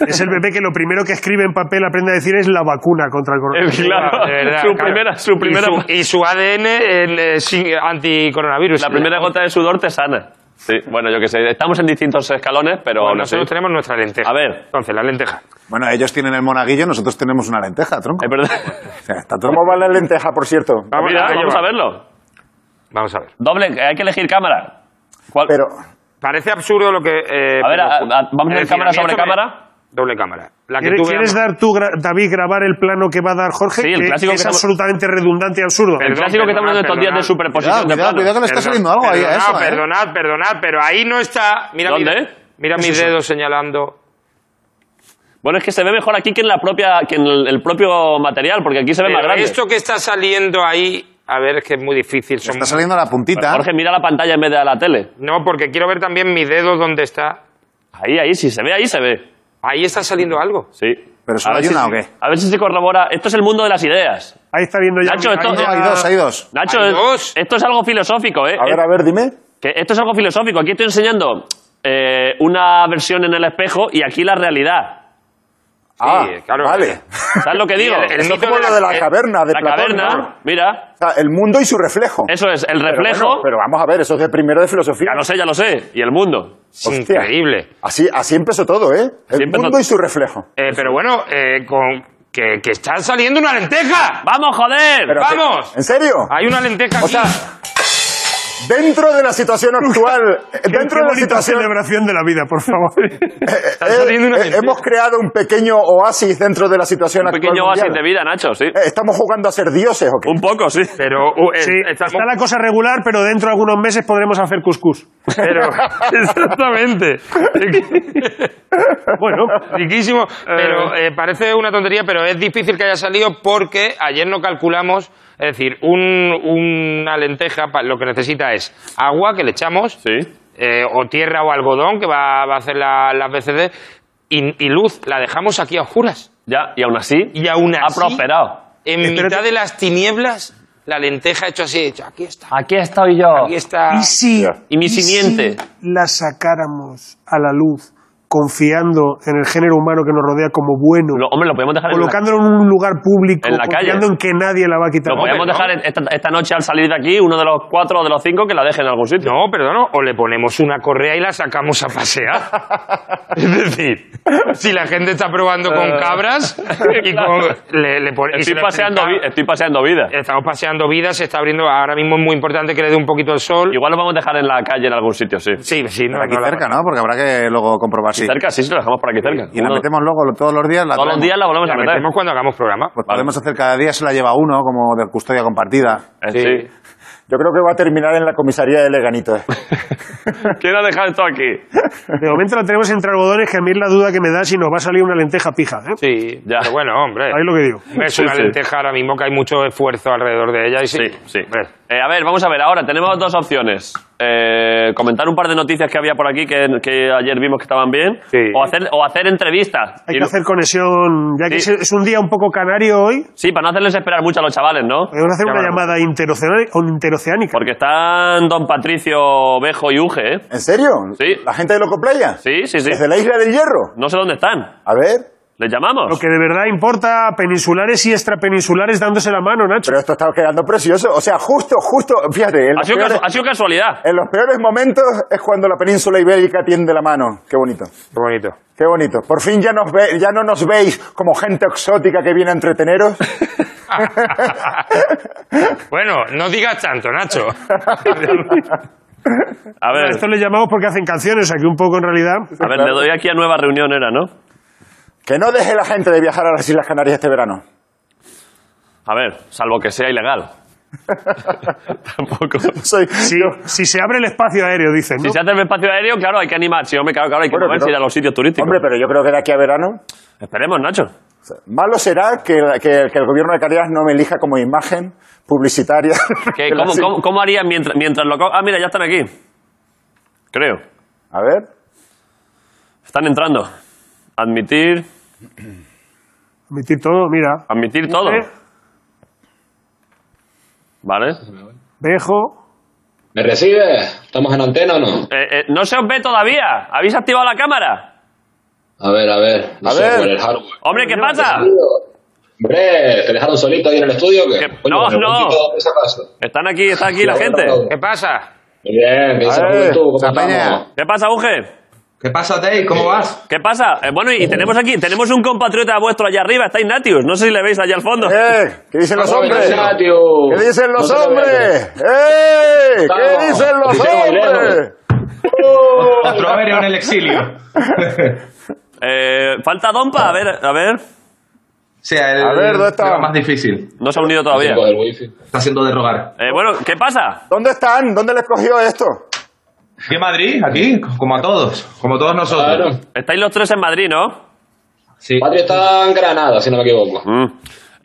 Es el bebé que lo primero que escribe en papel aprende a decir es la vacuna contra el
Eh,
coronavirus.
Claro,
Ah, de
<laughs>
verdad,
su,
claro.
primera, su primera... <laughs>
Y su, y su ADN en, eh, sin- anticoronavirus.
La primera gota de sudor te sana. Sí, bueno, yo qué sé. Estamos en distintos escalones, pero
Bueno,
aún así-
nosotros tenemos nuestra lenteja.
A ver,
Entonces, la lenteja.
Bueno, ellos tienen el monaguillo, nosotros tenemos una lenteja, tronco.
es verdad.
O sea, está todo...
¿Cómo va la lenteja, por cierto?
Vamos,
Ah, Pues Mira,
a ver,
vamos
lleva.
a verlo.
Vamos a ver.
Doble, eh, hay que elegir cámara. ¿Cuál?
Pero,
Parece absurdo lo que... eh,
A ver,
pero-
a- a- vamos a
es
ver
decir,
cámara
a mí
sobre
esto me-
cámara.
Doble cámara. La que
¿Quieres,
tú
quieres
veas-
dar tú, gra- David, grabar el plano que va a dar Jorge?
Sí, el
que,
clásico
que es
que estamos-
absolutamente redundante y absurdo.
El
Perdón,
clásico que estamos
perdonad,
viendo estos días de
perdonad.
superposición
Cuidado,
de
cuidado,
planos.
cuidado que le está
Perdón,
saliendo algo ahí a
perdonad,
eso, ¿eh?
Perdonad, perdonad, pero ahí no está... Mira mi-
¿Dónde?
Mira mis dedos señalando.
Bueno, es que se ve mejor aquí que en la propia, que en el, el propio material, porque aquí se ve más
Pero
grande.
esto que está saliendo ahí... A ver, es que es muy difícil. son-
Está saliendo la puntita.
Jorge, mira la pantalla en vez de a la tele.
No, porque quiero ver también mis dedos dónde está.
Ahí, ahí, si se ve, ahí se ve.
Ahí está saliendo algo.
Sí.
¿Pero solo
A ver
hay
si-
una o qué?
A ver si se corrobora. Esto es el mundo de las ideas.
Ahí está viendo ya.
Nacho, esto-
ahí
No,
ya-
hay dos, hay dos.
Nacho,
Hay dos.
esto es algo filosófico, ¿eh?
a ver, a ver, dime.
Que esto es algo filosófico. Aquí estoy enseñando eh, una versión en el espejo y aquí la realidad.
Ah,
<laughs>
claro.
vale.
¿Sabes
<laughs>
lo que digo?
el- el
Es
Eso es
mito
como
de
lo
la-
de la
eh,
caverna de
la
Platón,
caverna,
¿no?
mira,
O sea, el mundo y su reflejo.
eso es, el
Pero
reflejo,
bueno, pero vamos a ver, eso es de primero de filosofía.
ya lo sé, ya lo sé, y el mundo.
Es
Hostia.
increíble.
Así, así empezó todo, ¿eh? El
Así empezó-
mundo y su reflejo.
Eh, pero bueno, eh, con, que, que está saliendo una lenteja.
¡Vamos, joder!
Pero que-
¡Vamos!
¿En serio?
Hay una lenteja
O
aquí.
sea, dentro de la situación actual, dentro de la
bonita
situación,
celebración de la vida, por <laughs> favor.
eh,
saliendo una
eh,
mentira.
hemos creado un pequeño oasis dentro de la situación
un
actual.
pequeño
mundial.
oasis de vida, Nacho, sí.
Eh, ¿Estamos jugando a ser dioses o qué?
Un poco, sí.
pero uh, eh,
Sí,
estamos-
está la cosa regular, pero dentro de algunos meses podremos hacer cuscús.
<laughs>
pero- <laughs> exactamente.
Bueno,
Riquísimo. Pero eh, parece una tontería, pero es difícil que haya salido porque ayer no calculamos. Es decir, un- una lenteja pa- lo que necesita es agua que le echamos,
Sí.
eh, o tierra o algodón que va, va a hacer la- las BCD, y, y luz. La dejamos aquí a oscuras.
Ya, y aún así,
Y aún
ha
así,
prosperado.
en
Espérate.
mitad de las tinieblas, la lenteja ha hecho así, ha dicho, aquí está,
Aquí estoy yo.
aquí está.
¿y si,
Ah, Y mi
y si
simiente.
la sacáramos a la luz confiando en el género humano que nos rodea como bueno,
Lo- hombre, lo podemos dejar en la-
colocándolo en un lugar público,
En la calle.
confiando en que nadie la va a quitar?
Lo podemos dejar en- esta, esta noche al salir de aquí, uno de los cuatro o de los cinco que la deje en algún sitio.
No, perdón, o le ponemos una correa y la sacamos a
<laughs>
pasear.
<laughs>
es decir, si la gente está probando con cabras y con, le, le pon- y se
Eh. estoy,
lo
paseando,
explica-
vi- eh. estoy paseando vida.
Estamos paseando vidas, se está abriendo. Ahora mismo es muy importante que le dé un poquito el sol.
Igual lo vamos a dejar en la calle en algún sitio, sí.
Sí, sí, no,
Pero aquí
no la-
cerca, ¿no? Porque habrá que luego comprobar si.
Cerca, sí, sí, lo dejamos por aquí cerca.
Y la
Uno-
metemos luego todos los días. La
todos los
traemos.
días la volvemos
la
a meter.
metemos cuando hagamos programa.
Pues podemos hacer cada día, se la lleva uno, como de custodia compartida.
Eh, sí.
Yo creo que va a terminar en la comisaría de Leganito. eh.
¿Quién ha dejado esto aquí?
De momento la tenemos entre algodones, que a mí es la duda que me da si nos va a salir una lenteja pija. ¿eh?
Sí,
Ya.
pero bueno, hombre.
Ahí lo que digo.
Es
Sí,
una
sí.
lenteja ahora mismo que hay mucho esfuerzo alrededor de ella. Y sí,
Sí, sí.
hombre.
Eh, a ver, vamos a ver, ahora tenemos dos opciones. Eh, comentar un par de noticias que había por aquí que, que ayer vimos que estaban bien.
Sí.
O, hacer, o hacer entrevistas. Y
Hay que
no-
hacer conexión, ya que
Sí.
es es un día un poco canario hoy,
Sí, para no hacerles esperar mucho a los chavales, ¿no?
podemos hacer una
Llámanos.
llamada interoceani- o interoceánica.
Porque están Don Patricio, Bejo y Uge, ¿eh?
¿En serio?
Sí.
¿La gente de Loco Playa?
Sí, sí, sí.
¿Desde la Isla del Hierro?
No sé dónde están.
A ver,
¿Les llamamos?
Lo que de verdad importa, peninsulares y extrapeninsulares dándose la mano, Nacho.
pero esto está quedando precioso. O sea, justo, justo, fíjate, en
Ha
los,
sido, casu-
peores,
ha sido casualidad.
en los peores momentos es cuando la península ibérica tiende la mano. Qué bonito.
Qué bonito.
Qué bonito. Por fin ya, nos ve- ya no nos veis como gente exótica que viene a
<laughs>
entreteneros. <laughs>
Bueno, no digas tanto, Nacho.
A
A
ver,
esto le llamamos porque hacen canciones, aquí un poco en realidad.
a ver, le doy aquí a nueva reunión, era, ¿no?
que no deje la gente de viajar a las Islas Canarias este verano.
A ver, salvo que sea ilegal. <laughs> Tampoco.
Soy-
Si, si se abre el espacio aéreo, dicen,
Si
¿no?
se hace el espacio aéreo, claro, hay que animar. Sí, hombre, claro, claro, hay que
Bueno,
moverse
pero-
y ir a los sitios turísticos.
Hombre, pero yo creo que de aquí a verano.
Esperemos, Nacho.
Malo será que, la- que- que el gobierno de Canarias no me elija como imagen publicitaria.
¿Qué-
de
cómo,
las islas.
cómo- cómo harían mientras, mientras lo... co- Ah, mira, ya están aquí. Creo.
A ver.
Están entrando. Admitir,
Admitir todo, mira.
admitir todo. Vale.
Dejo.
¿Me recibe? ¿Estamos en antena o no?
Eh, eh, no se os ve todavía. ¿Habéis activado la cámara?
A ver, a ver. El
A
software,
ver. Ah.
el hardware.
Hombre, ¿qué pasa?
Hombre, ¿te dejaron solito ahí en el estudio o qué?
Que- no,
me
no.
voy quitando esa casa.
Están aquí, está aquí la gente.
¿Qué pasa?
Muy bien, ¿qué dice la
A ver,
juventud? ¿Cómo
la peña.
estamos?
¿Qué pasa, Uge?
¿Qué pasa, Tei? ¿Cómo vas?
¿Qué pasa? Eh, bueno, y, y tenemos aquí, tenemos un compatriota vuestro allá arriba, está Ignatius. No sé si le veis allá al fondo.
¡Eh! ¿Qué dicen los
Vamos,
hombres?
Ignacio.
¿Qué dicen los
No se lo
hombres? ¡Eh! ¿Qué
Estamos.
dicen los
Oficial
hombres?
Guillermo.
Otro aéreo en el <laughs> exilio.
Eh, falta Dompa, a ver, a ver.
O sea, el,
A ver, ¿dónde está?
lo más difícil.
No se ha unido todavía.
Chicos del wifi.
Está haciendo de rogar.
Eh, bueno, ¿qué pasa?
¿Dónde están? ¿Dónde les cogió esto?
¿Qué Madrid? Aquí, como a todos. Como todos nosotros.
Claro.
Estáis los tres en Madrid, ¿no?
Sí.
Patria está en Granada, si no me equivoco.
Mm.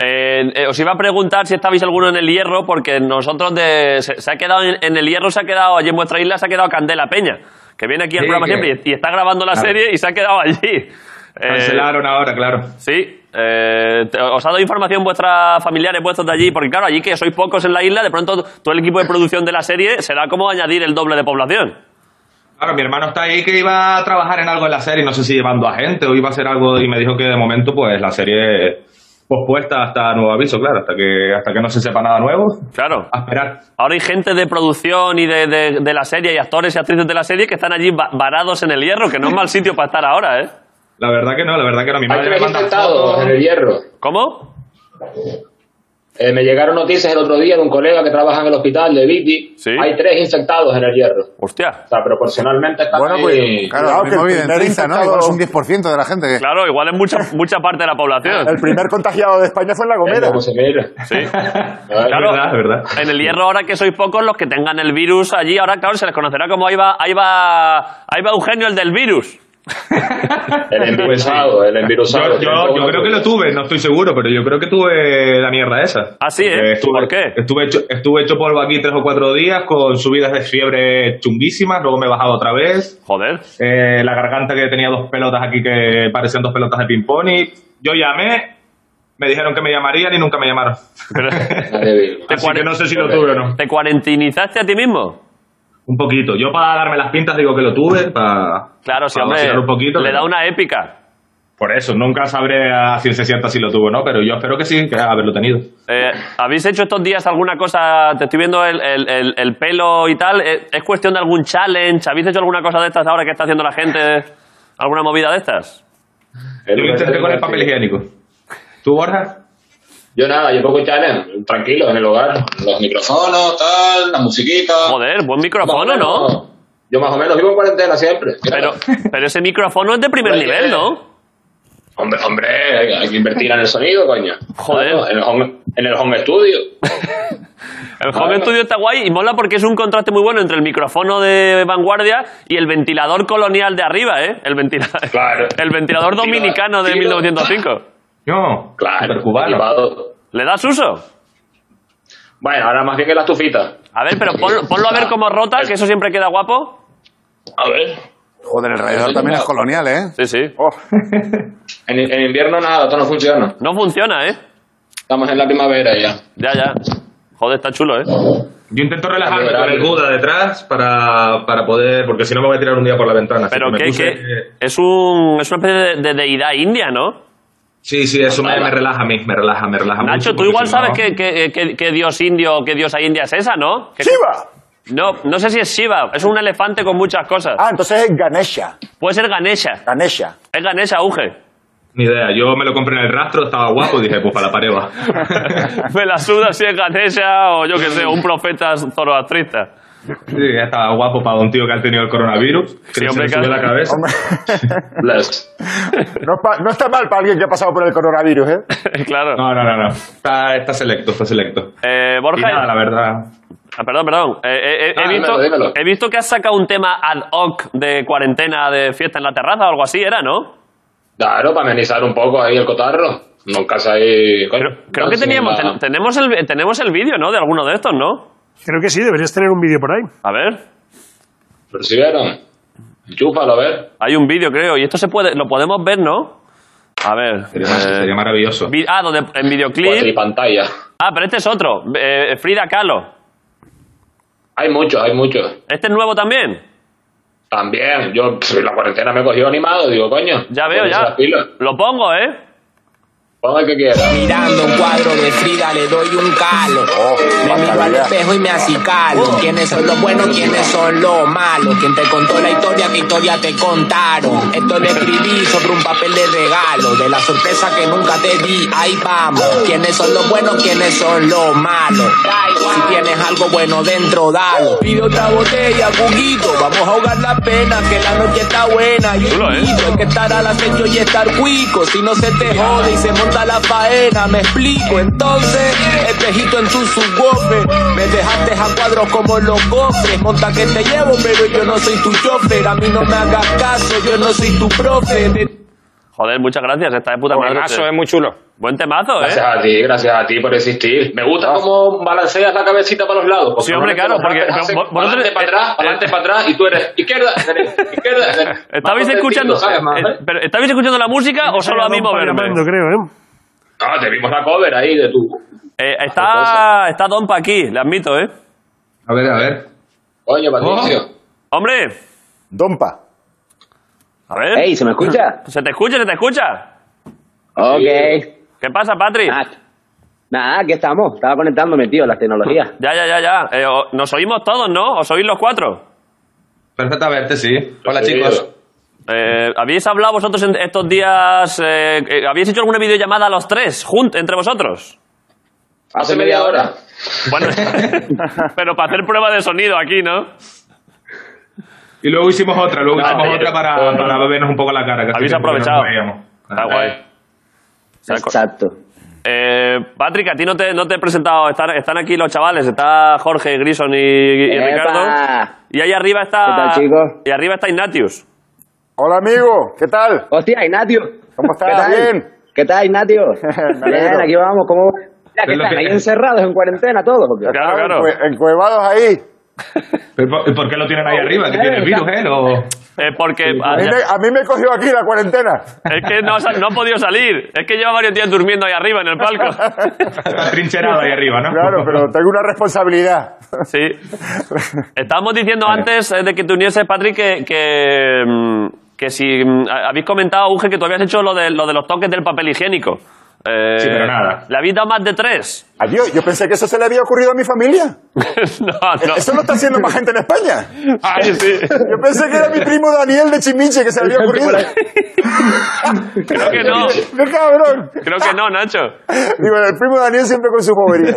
Eh, eh, os iba a preguntar si estabais alguno en el hierro, porque nosotros de, se, se ha quedado en, en el hierro, se ha quedado allí en vuestra isla, se ha quedado Candela Peña, que viene aquí al
Sí,
programa
que-
siempre y, y está grabando la
Claro.
serie y se ha quedado allí. Eh,
Cancelaron ahora, claro.
Sí, eh, te- os ha dado información vuestras familiares, vuestros de allí, porque claro, allí que sois pocos en la isla, de pronto todo el equipo de producción de la serie será como añadir el doble de población.
Claro, mi hermano está ahí que iba a trabajar en algo en la serie, no sé si llevando a gente o iba a hacer algo y me dijo que de momento pues la serie pospuesta hasta nuevo aviso, claro, hasta que hasta que no se sepa nada nuevo,
Claro.
a esperar.
Ahora hay gente de producción y de, de- de la serie y actores y actrices de la serie que están allí va- varados en el hierro, que no es mal sitio para estar ahora, ¿eh?
La verdad que no, la verdad que no. Mi
Hay
madre me
tres
manda
infectados
fotos.
en el hierro.
¿Cómo?
Eh, me llegaron noticias el otro día de un colega que trabaja en el hospital de Viti.
Sí.
Hay tres infectados en el hierro.
Hostia.
O sea, proporcionalmente está
Bueno, pues,
ahí-
claro,
Cuidado
lo
que
mismo
ah, el
viven
primer
30, ¿no?
infectado-
Igual es un 10% de la gente que...
Claro, igual es mucha, mucha parte de la población.
El primer contagiado de España fue en La Gomera.
José Miguel.
Sí.
Es
Claro.
verdad, es verdad.
En el hierro, ahora que sois pocos los que tengan el virus allí, ahora, claro, se les conocerá como ahí va, ahí va, ahí va Eugenio, el del virus.
El envirusado, el envirusado.
Pues Yo, yo- yo creo que lo tuve, no estoy seguro, pero yo creo que tuve la mierda esa.
Ah, sí,
Porque
¿eh?
Estuve,
¿Por qué?
Estuve hecho, estuve hecho polvo aquí tres o cuatro días con subidas de fiebre chunguísimas, luego me he bajado otra vez.
Joder.
eh, la garganta que tenía dos pelotas aquí que parecían dos pelotas de ping-pong y yo llamé, me dijeron que me llamarían y nunca me llamaron. <laughs>
Pero-
Así que no sé si lo
Ok.
tuve o no.
¿Te cuarentinizaste a ti mismo?
Un poquito. Yo para darme las pintas digo que lo tuve, para...
Claro, sí,
para
hombre.
vacilar un poquito,
le
pero-
da una épica.
Por eso, nunca sabré a ciencia cierta si lo tuvo o no, pero yo espero que sí, que haberlo tenido.
Eh, ¿Habéis hecho estos días alguna cosa? Te estoy viendo el, el- el- el pelo y tal. Eh, ¿Es cuestión de algún challenge? ¿Habéis hecho alguna cosa de estas ahora que está haciendo la gente? ¿Alguna movida de estas?
Yo lo intenté con el papel higiénico. ¿Tú, Borja?
Yo nada, yo poco challenge, tranquilo en el hogar. Los micrófonos, tal, la musiquita.
Joder, buen
Más o
micrófono,
menos,
¿no?
Yo más o menos vivo en cuarentena siempre.
Pero, pero ese micrófono es de primer
Oye.
nivel, ¿no?
Hombre, hombre, hay que- hay que invertir en el sonido, coño.
Joder.
Claro, En el home, en el home studio.
El Home
Bueno.
Studio está guay y mola porque es un contraste muy bueno entre el micrófono de vanguardia y el ventilador colonial de arriba, ¿eh? El, ventila-
Claro.
<laughs> el ventilador
Tiro,
dominicano de
tiro.
1905.
No,
Claro.
supercubano.
equipado.
¿Le das uso?
Bueno, ahora más bien que la estufita.
A ver, pero ponlo, ponlo a ver cómo rota, que eso siempre queda guapo.
A ver.
Joder, el radiador también es colonial, ¿eh?
Sí, sí.
En, en invierno nada, esto no funciona.
No funciona, ¿eh?
Estamos en la primavera ya.
Ya, ya. Joder, está chulo, ¿eh?
Yo intento relajarme
Cambio
con el
horario.
Buda detrás para, para poder, porque si no me voy a tirar un día por la ventana. Así
Pero
que me
que,
puse-
que es, un, es una especie de, de deidad india, ¿no?
Sí, sí, eso me, me relaja a mí, me relaja, me relaja
Nacho,
mucho,
tú
porque
igual
si no-
sabes qué que, que- que dios indio, qué diosa india es esa, ¿no? Que-
¡Chiva!
No, no sé si es Shiva, es un elefante con muchas cosas.
Ah, entonces es Ganesha.
Puede ser Ganesha.
Ganesha.
Es Ganesha, Uge.
Ni idea, yo me lo compré en el rastro, estaba guapo y dije, pues para la pared va.
Me la suda si es Ganesha o yo qué sé, un profeta zoroastrista.
<laughs>
<laughs>
sí, ya estaba guapo para un tío que ha tenido el coronavirus. Que
Sí,
se
hombre,
le sube
claro.
la cabeza.
Bless.
<laughs> No, es pa- no está mal para alguien que ha pasado por el coronavirus, ¿eh?
claro.
No, no, no, no. Está, está selecto, está selecto.
Eh,
Y
Borja,
nada, la verdad.
ah, perdón, perdón. Eh, eh, eh,
Ah,
he, visto,
dímelo, dímelo.
he visto que has sacado un tema ad hoc de cuarentena de fiesta en la terraza o algo así, ¿era, no?
Claro, para amenizar un poco ahí el cotarro. Nunca se ahí. coño,
Creo, creo que
dancing
teníamos,
la-
ten- tenemos el, tenemos el vídeo, ¿no? De alguno de estos, ¿no?
Creo que sí, deberías tener un vídeo por ahí.
A ver.
¿Recibieron? Chúfalo, a ver.
Hay un vídeo, creo. Y esto se puede, lo podemos ver, ¿no? A ver. eh,
Sería, sería maravilloso.
vi- ah, donde, en videoclip.
Cuatripantalla.
Ah, pero este es otro. eh, Frida Kahlo.
Hay muchos, hay muchos.
¿Este es nuevo también?
También, yo pf, la cuarentena me cogió animado, digo, coño.
Ya veo,
ponerse
ya.
las pilas.
Lo pongo, ¿eh?
Pon el que quiera.
Mirando un cuadro de Frida le doy un calo.
Oh,
me miro al espejo y me acicalo. ¿Quiénes son los buenos? ¿Quiénes son los malos? ¿Quién te contó la historia? ¿Qué historia te contaron? Esto lo escribí sobre un papel de regalo. De la sorpresa que nunca te di, ahí vamos. ¿Quiénes son los buenos? ¿Quiénes son los malos? Si tienes algo bueno dentro, dalo. Pide otra botella, juguito. Vamos a ahogar la pena, que la noche está buena. Yo
Chulo, ¿eh?
invito que estar al acecho y estar cuico. Si no se te jode y se monta la faena, me explico. Entonces, espejito en tu subwoofer. Me dejaste a cuadros como los cofres. Monta que te llevo, pero yo no soy tu chofer. A mí no me hagas caso, yo no soy tu profe. De-
Joder, muchas gracias. Está de puta madre.
Buenazo, eh.
usted.
es muy chulo.
Buen temazo,
Gracias
¿eh? Ah.
a ti, gracias a ti por existir. Me gusta cómo balanceas la cabecita para los lados. porque
Sí, hombre, claro,
normalmente
porque-
los hacen
pero vos-
para
vosotros-
adelante, para atrás, para adelante, para atrás, y tú eres izquierda, derecha, izquierda. derecha.
<laughs> ¿Estabais
Más
escuchando,
contentito, ¿sabes, más,
eh,
eh?
pero, ¿Estabais escuchando la música o solo a mí
Don Pablo Armando,
moverme?
creo, ¿eh?
Ah, te vimos la cover ahí de tu...
Eh, está, está Dompa aquí, le admito, ¿eh?
A ver, a ver.
Oh.
Coño, Patricio.
Hombre,
Dompa.
A ver.
Ey, ¿se me escucha?
¿Se te escucha? ¿Se te escucha?
Ok.
¿Qué pasa, Patri?
Ah, Nada, aquí estamos. Estaba conectándome, tío, las tecnologías.
Ya, ya, ya, ya. Eh, o- nos oímos todos, ¿no? ¿Os oís los cuatro?
Perfectamente, sí. Hola,
Sí.
chicos.
Eh, ¿Habéis hablado vosotros en estos días? eh, eh, ¿Habéis hecho alguna videollamada los tres, jun- entre vosotros?
Hace media hora.
Bueno, <laughs> pero para hacer prueba de sonido aquí, ¿no?
Y luego hicimos otra, luego
Ah,
hicimos
sí.
otra para, para bebernos un poco la cara. que hace
Habéis
tiempo que no nos
aprovechado.
veíamos.
Está guay.
Exacto.
Eh, Patrick, a ti no te, no te he presentado. Están, están aquí los chavales. Está Jorge, Grison y, y
¡Epa!
Ricardo. Y ahí arriba está.
¿Qué tal, chicos?
Y arriba está Ignatius.
Hola, amigo. ¿Qué tal?
Hostia, Ignatio.
¿Cómo
¿Qué
estás?
tal?
Bien.
¿Qué tal, Ignatio? Bien,
alegro.
aquí vamos. ¿Cómo Mira, que
Ah, Es lo
están
que-
ahí encerrados en cuarentena todos. ¿o qué?
Claro, claro.
pues.
Encue- Encuevados ahí.
¿Y por, y por qué lo tienen ahí arriba? ¿Que tiene el virus, él? O...
Eh, porque
A
ah,
mí,
ya-
me, a mí me cogió aquí la cuarentena.
es que no, ha sal- no ha podido salir. Es que lleva varios días durmiendo ahí arriba en el palco.
<laughs>
Está trincherado ahí arriba, ¿no?
Claro, pero tengo una responsabilidad.
Sí. Estábamos diciendo antes eh, de que te unieses, Patrick, que, que, mm, que si mm, a- habéis comentado, Uge, que tú habías hecho lo de, lo de los toques del papel higiénico. Eh,
<laughs> Sí, pero nada.
¿Le habéis dado más de tres? <laughs>
Adiós, yo pensé que eso se le había ocurrido a mi familia.
no, no.
Eso lo está haciendo más gente en España.
Ay, sí.
Yo pensé que era mi primo Daniel de Chimiche que se le había ocurrido.
Creo que no.
¡Qué cabrón!
Creo que no, Nacho.
Digo, el primo Daniel siempre con su bobería.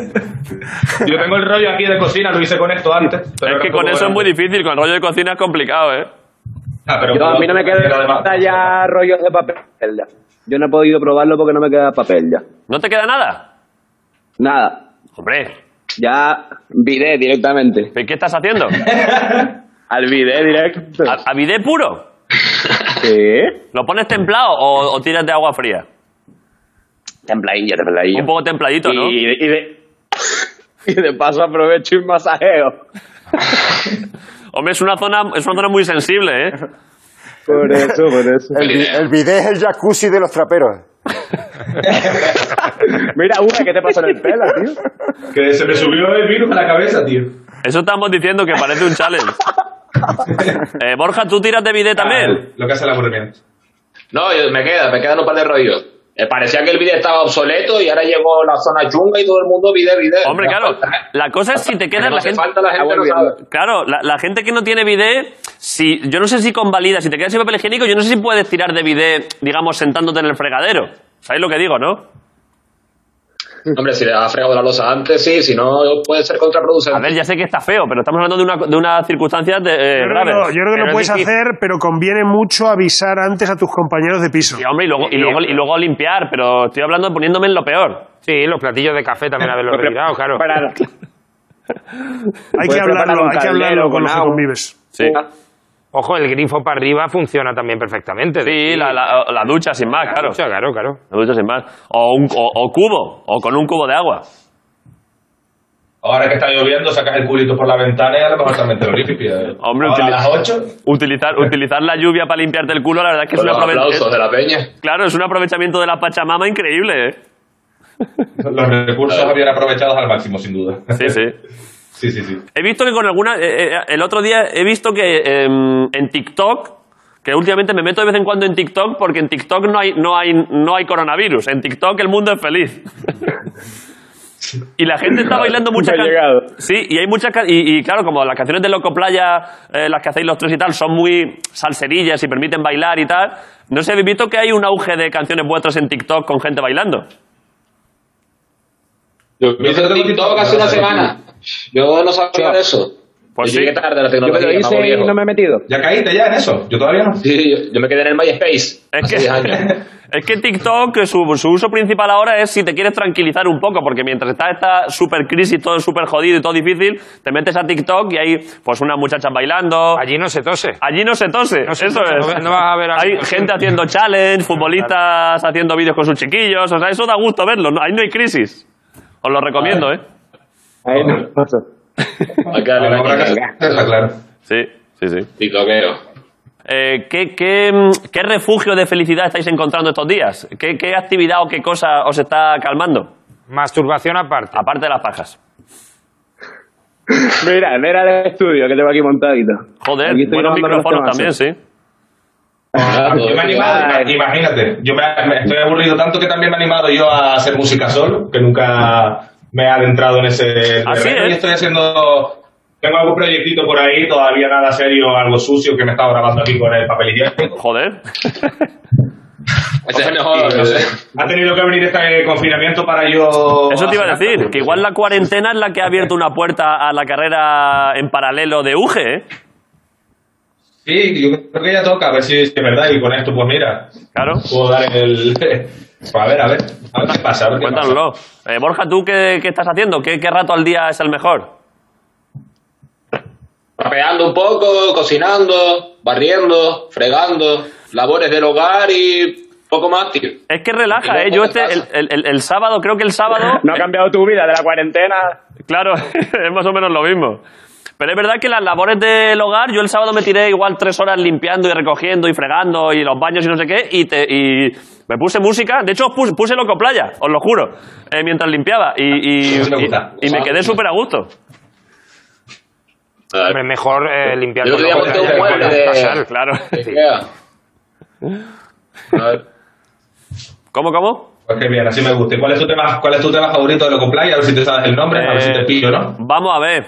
Yo tengo el rollo aquí de cocina, lo hice con esto antes. pero
Es que
tampoco
con eso
era-
es muy difícil, con el rollo de cocina es complicado, ¿eh?
Ah, pero
Yo, a mí no me
pero
queda
además-
ya rollos de papel. ya. Yo no he podido probarlo porque no me queda papel ya.
¿No te queda nada?
Nada.
Hombre,
Ya viré directamente.
¿pero ¿qué estás haciendo?
Al viré directo.
¿A, a bidé puro?
Sí.
¿Lo pones templado o, o tiras de agua fría?
Templadillo, templadillo.
Un poco templadito, ¿no?
Y, y de, y de paso aprovecho y masajeo.
Hombre, es una zona, es una zona muy sensible, ¿eh?
Por eso, por eso.
El, vi- el bidet es el jacuzzi de los traperos.
Mira, una, ¿qué te pasó en el pelo, tío?
Que se me subió el virus a la cabeza, tío.
Eso estamos diciendo que parece un challenge. Eh, Borja, ¿tú tiras de bidet también?
Ah, Lo que hace la aburrimiento.
No, yo- me queda, me quedan un par de rollos. Eh, parecía que el video estaba obsoleto y ahora llegó la zona chunga y todo el mundo video, video.
Hombre, claro.
¿eh?
La cosa es si te quedas
no
la
hace
gente...
falta, la gente no sabe.
Claro, la, la gente que no tiene bidet, si, yo no sé si convalida, si te quedas sin papel higiénico, yo no sé si puedes tirar de bidet, digamos, sentándote en el fregadero. ¿Sabéis lo que digo, no?
Hombre, si le ha fregado la losa antes, sí, si no, puede ser contraproducente.
A ver, ya sé que está feo, pero estamos hablando de una, de una circunstancia de, eh,
Yo creo, que
graves.
lo, yo creo que lo
Pero es
puedes
difícil.
hacer, pero conviene mucho avisar antes a tus compañeros de piso.
Sí, hombre, y luego, y, luego, y luego limpiar, pero estoy hablando de poniéndome en lo peor.
Sí, los platillos de café también haberlos retirado, claro.
Para,
Hay que
puedes preparar
hablarlo,
un
hay que hablarlo
caldero
con
con
los que
agua.
convives.
Sí,
Ah,
Ojo, el grifo para arriba funciona también perfectamente.
sí la, la- la ducha sin más, claro.
O sea, claro, claro.
La ducha sin más. O, un, o, o cubo, o con un cubo de agua.
Ahora que está lloviendo, sacas el culito por la ventana y a lo mejor también te lo limpias.
Ah,
Hombre,
Ahora,
utiliza-
a las 8.
Utilizar, utilizar la lluvia para limpiarte el culo, la verdad es que es
Eh. Con
un
los
aprovechamiento.
aplausos de la peña.
Claro, es un aprovechamiento de la Pachamama increíble, ¿eh?
Los recursos habían aprovechados al máximo, sin duda.
Sí, sí.
Sí, sí, sí.
He visto que con alguna. eh, eh, el otro día he visto que eh, en TikTok. Que últimamente me meto de vez en cuando en TikTok porque en TikTok no hay, no hay, no hay coronavirus. En TikTok el mundo es feliz.
<laughs>
y la gente está bailando muchas
me ha
can-
llegado.
Sí, y hay muchas. can- Y, y claro, como las canciones de Loco Playa, eh, las que hacéis los tres y tal, son muy salserillas y permiten bailar y tal. No sé, ¿habéis visto que hay un auge de canciones vuestras en TikTok con gente bailando?
Yo hice TikTok hace una semana. Yo no sabía de eso.
Pues
yo
sí.
llegué tarde a la
yo me
tecnología,
lo
me hago
hice y
viejo.
no me he metido.
¿Ya caíste ya en eso? Yo todavía no.
Sí, yo, yo me quedé en el MySpace
Es
hace
que,
10 años.
es que TikTok, su, su uso principal ahora es si te quieres tranquilizar un poco, porque mientras está esta super crisis, todo súper jodido y todo difícil, te metes a TikTok y hay pues unas muchachas bailando. Allí,
Allí no se tose.
no se tose,
No se
eso
tose,
es.
no- no vas a ver a-
hay gente haciendo challenge, futbolistas haciendo vídeos con sus chiquillos, o sea, eso da gusto verlo, no- ahí no hay crisis. Os lo recomiendo, ¿eh?
Ahí no pasa.
Hay que <laughs> darle
Ahora habrá
caña.
que hacerla, claro.
Sí, sí, sí.
TikTokero.
Eh, ¿qué, qué, mm, qué refugio de felicidad estáis encontrando estos días? ¿Qué, ¿Qué actividad o qué cosa os está calmando?
Masturbación aparte.
Aparte de las pajas.
Mira, mira el estudio que tengo aquí montadito.
Joder,
Aquí estoy
buenos
grabando los
micrófonos también,
temazos.
sí.
Yo me he animado, ima- imagínate, yo me, me- estoy aburrido tanto que también me he animado yo a hacer música solo, que nunca me he adentrado en ese
Así
terreno,
es.
y estoy haciendo, tengo algún proyectito por ahí, todavía nada serio, algo sucio que me estaba grabando aquí con el papel higiénico.
<laughs> Joder.
Ese es mejor. Ha tenido que venir este confinamiento para yo...
Eso te iba a
hacer
decir, que igual la cuarentena es la que ha abierto una puerta a la carrera en paralelo de UGE, ¿eh?
Sí, yo creo que ya toca, a ver si es verdad, y con esto, pues mira,
Claro.
puedo dar el... <laughs> Pues a ver, a ver, a ver qué pasa, a ver qué pasa.
Cuéntanoslo. Eh, Borja, ¿tú qué, qué estás haciendo? ¿Qué, ¿Qué rato al día es el mejor?
Rapeando un poco, cocinando, barriendo, fregando, labores del hogar y poco más, tío.
Es que relaja, ¿eh? Yo este, el, el- el- el sábado, creo que el sábado...
No ha cambiado tu vida de la cuarentena.
Claro, <laughs> es más o menos lo mismo. Pero es verdad que las labores del hogar, yo el sábado me tiré igual tres horas limpiando y recogiendo y fregando y los baños y no sé qué, y, te- y me puse música. De hecho, os puse, puse Loco Playa, os lo juro, eh, mientras limpiaba. Y, y-
Ah, Eso me gusta. Ah,
y- y me quedé súper a gusto.
Hombre, mejor eh, limpiar
Yo te voy
con
a
loco,
montar un
con
mueble.
Pascal.
Claro.
Sí.
¿Cómo, cómo?
Pues qué bien, así me gusta. ¿Y cuál es tu tema, cuál es tu tema favorito de Loco Playa? A ver si te sabes el nombre, a ver si te pillo, ¿no?
Vamos a ver.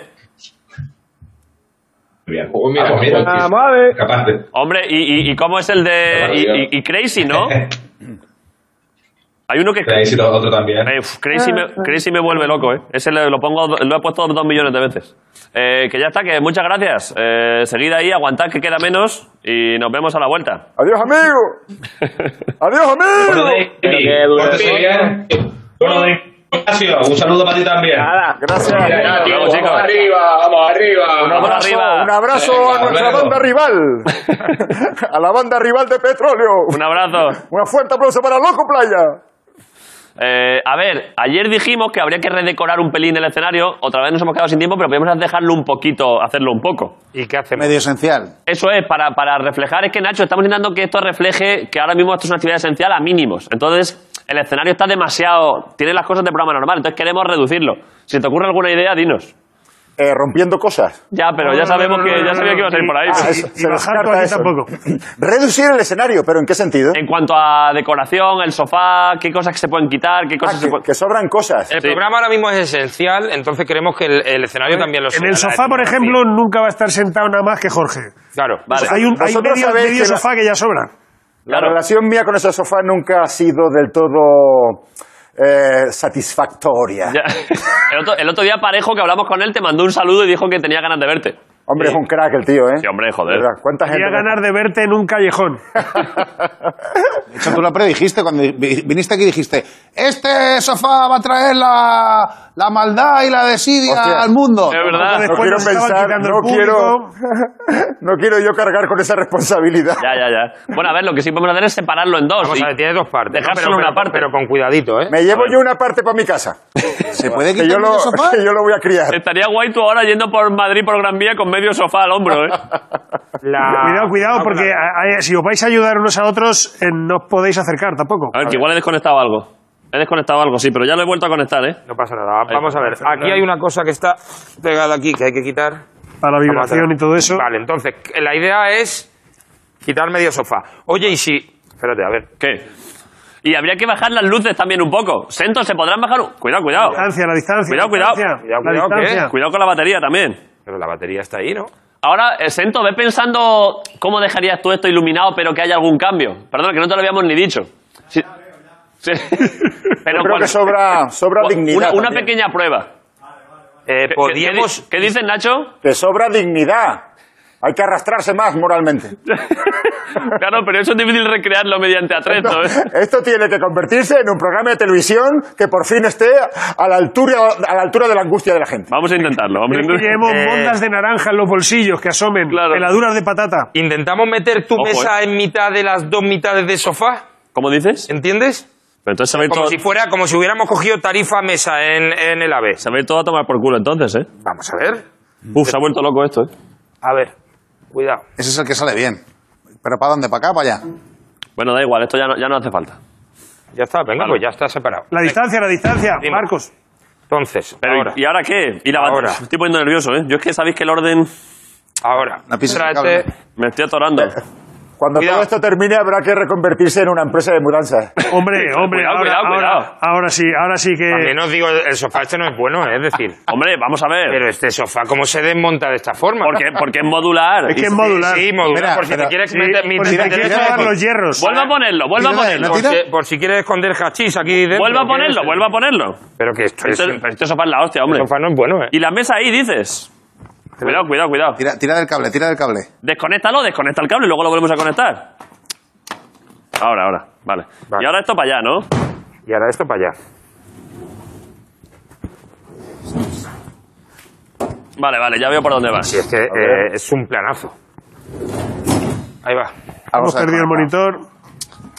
Bien. Pues
Pues
mira, mira,
Vamos a ver.
Capaz de.
Hombre, y, y- y cómo es el de.
Qué
Y,
barbaridad.
y- y Crazy,
<laughs>
<laughs>
¿no? Hay uno que.
Crazy, lo- otro también.
Eh, uf, crazy, me, Crazy me vuelve loco, ¿eh? Ese lo, lo pongo, lo he puesto dos millones de veces. Eh, que ya está, que muchas gracias. Eh, seguid ahí, aguantad que queda menos y nos vemos a la vuelta.
Adiós, amigo. Adiós, amigo.
Pero que Pórtate bien. Bueno, de Ignacio, un saludo para ti también. Nada,
gracias.
Venga, tío, vamos arriba, vamos arriba.
Un abrazo, un abrazo a nuestra banda rival. a la banda rival de petróleo.
Un abrazo.
Un fuerte aplauso para Loco Playa.
Eh, a ver, ayer dijimos que habría que redecorar un pelín el escenario. Otra vez nos hemos quedado sin tiempo, pero podemos dejarlo un poquito, hacerlo un poco.
¿Y qué hacemos?
Medio esencial.
Eso es, para, para reflejar, es que Nacho, estamos intentando que esto refleje que ahora mismo esto es una actividad esencial a mínimos. Entonces, el escenario está demasiado, tiene las cosas de programa normal, entonces queremos reducirlo. Si te ocurre alguna idea, dinos.
Eh, rompiendo cosas.
Ya, pero ya sabemos que, ya sabía que iba a salir por ahí.
Ah, eso, se descarta eso. Reducir el escenario, pero ¿en qué sentido?
En cuanto a decoración, el sofá, qué cosas que se pueden quitar, qué cosas Eh, se pueden...
Ah, Que sobran cosas.
El programa ahora mismo es esencial, entonces queremos que el, el escenario también lo sea.
En el sofá, por ejemplo, nunca va a estar sentado nada más que Jorge.
Claro.
Vale.
Hay un hay
Vosotros
medio,
sabéis
medio
que la-
sofá que ya sobra.
La
Claro.
relación mía con ese sofá nunca ha sido del todo eh, satisfactoria.
Ya. <laughs> El, otro, el otro día Parejo, que hablamos con él, te mandó un saludo y dijo que tenía ganas de verte.
Hombre, es un crack el tío, ¿eh?
Sí, hombre, joder.
¿Verdad? ¿Cuánta gente?
Quería ganar de verte en un callejón.
De hecho, tú lo predijiste cuando vi- viniste aquí dijiste, este sofá va a traer la, la maldad y la desidia
Hostia.
al mundo.
Es verdad.
No
Después
quiero
nos estaban
pensar,
quitando
no
el
quiero,
público.
no quiero <laughs> yo cargar con esa responsabilidad.
Ya, ya, ya. Bueno, a ver, lo que sí podemos hacer es separarlo en dos.
Vamos
y-
a ver, tiene dos partes.
Dejar
¿no?
solo una parte.
Pero con cuidadito, ¿eh?
Me llevo yo una parte para mi casa.
¿Se puede
Que yo,
quitar
lo,
el sofá?
<laughs> que yo lo voy a
<laughs>
criar.
Estaría guay tú ahora yendo por Madrid, por Gran Vía, con medio sofá al hombro, ¿eh?
La-
Cuidado,
<laughs>
cuidado,
Ah,
porque
claro.
a- a- si os vais a ayudar unos a otros, eh, no os podéis acercar tampoco.
A ver, que igual he desconectado algo. He desconectado algo, sí, pero ya lo he vuelto a conectar, ¿eh?
No pasa nada. Vamos a ver. Aquí hay una cosa que está pegada aquí que hay que quitar.
Para la vibración y todo eso.
Vale, entonces, la idea es quitar medio sofá. Oye, y si... Espérate, a ver.
¿Qué? Y habría que bajar las luces también un poco. Sento, se podrán bajar. un- Cuidado, cuidado.
La distancia, la distancia.
Cuidado,
la
cuidado.
distancia,
Cuidado,
la
cuidado, eh, ¿qué?
distancia.
Cuidado con la batería también.
Pero la batería está ahí, ¿no?
Ahora, eh, Sento, ve pensando cómo dejarías tú esto iluminado, pero que haya algún cambio. Perdona, que no te lo habíamos ni dicho. Sí.
<laughs>
Sí. Pero
Yo creo
cual-
que sobra, sobra
cua-
dignidad.
Una, una
también.
pequeña prueba. ¿Qué-
Eh,
qué-
podíamos...
¿Qué, dices, Nacho?
Que sobra dignidad. Hay que arrastrarse más moralmente.
<laughs> claro, pero eso es difícil recrearlo mediante atrezo. ¿eh?
<laughs> Esto tiene que convertirse en un programa de televisión que por fin esté a la altura, a la altura de la angustia de la gente.
Vamos a intentarlo. Vamos a
Que
intentarlo.
llevemos
Eh.
mondas de naranja en los bolsillos que asomen,
Claro.
peladuras de patata.
Intentamos meter tu
Ojo, eh.
mesa en mitad de las dos mitades de sofá,
¿Cómo dices?
¿entiendes?
Pero entonces se va a ir
Como
todo,
si fuera, como si hubiéramos cogido tarifa mesa en, en el AVE.
se va a, ir todo a tomar por culo entonces, ¿eh?
Vamos a ver.
Uf, se ha vuelto loco esto, ¿eh?
A ver, cuidado.
Ese es el que sale bien. Pero ¿para dónde? ¿Para acá? ¿Para allá?
Bueno, da igual, esto ya no, ya no hace falta.
Ya está, venga, pues ya está separado.
La distancia, la distancia.
Dime.
Marcos.
Entonces, ahora.
¿Y ahora qué? ¿Y la bat-
Ahora.
Me Estoy poniendo nervioso, ¿eh? Yo es que sabéis que el orden...
Ahora.
pizza de cable.
Me estoy
<laughs>
atorando.
Cuando todo esto termine habrá que reconvertirse en una empresa de mudanza.
<laughs>
Hombre, hombre,
Cuidado,
ahora,
cuidado,
ahora-
cuidado.
ahora sí, ahora sí que.
También os digo, el sofá este no es bueno, ¿eh? es decir.
Hombre, vamos a ver.
Pero este sofá, ¿cómo se desmonta de esta forma?
Porque, porque es modular.
<laughs>
Es que es
Y-
modular.
Sí, modular.
Espera,
por si
espera.
te quieres
Sí,
meter mi-
por si te
meter
quieres
eso-
dar los
hierros.
Vuelva a ponerlo, vuelva a ponerlo.
Por si, por si quieres esconder hachís aquí dentro.
Vuelva a ponerlo, vuelva a ponerlo.
Pero que esto es...
Este, pero este sofá es la hostia, hombre.
El sofá no es bueno, ¿eh?
Y la mesa ahí, dices. Cuidado, cuidado, cuidado.
Tira, tira del cable, tira del cable.
Desconéctalo, desconecta el cable y luego lo volvemos a conectar. Ahora, ahora. Vale. Y ahora esto para allá, ¿no?
Y ahora esto para allá.
Vale, vale, ya veo por dónde va.
Sí, es que eh, es un planazo. Ahí va.
Hemos perdido el monitor.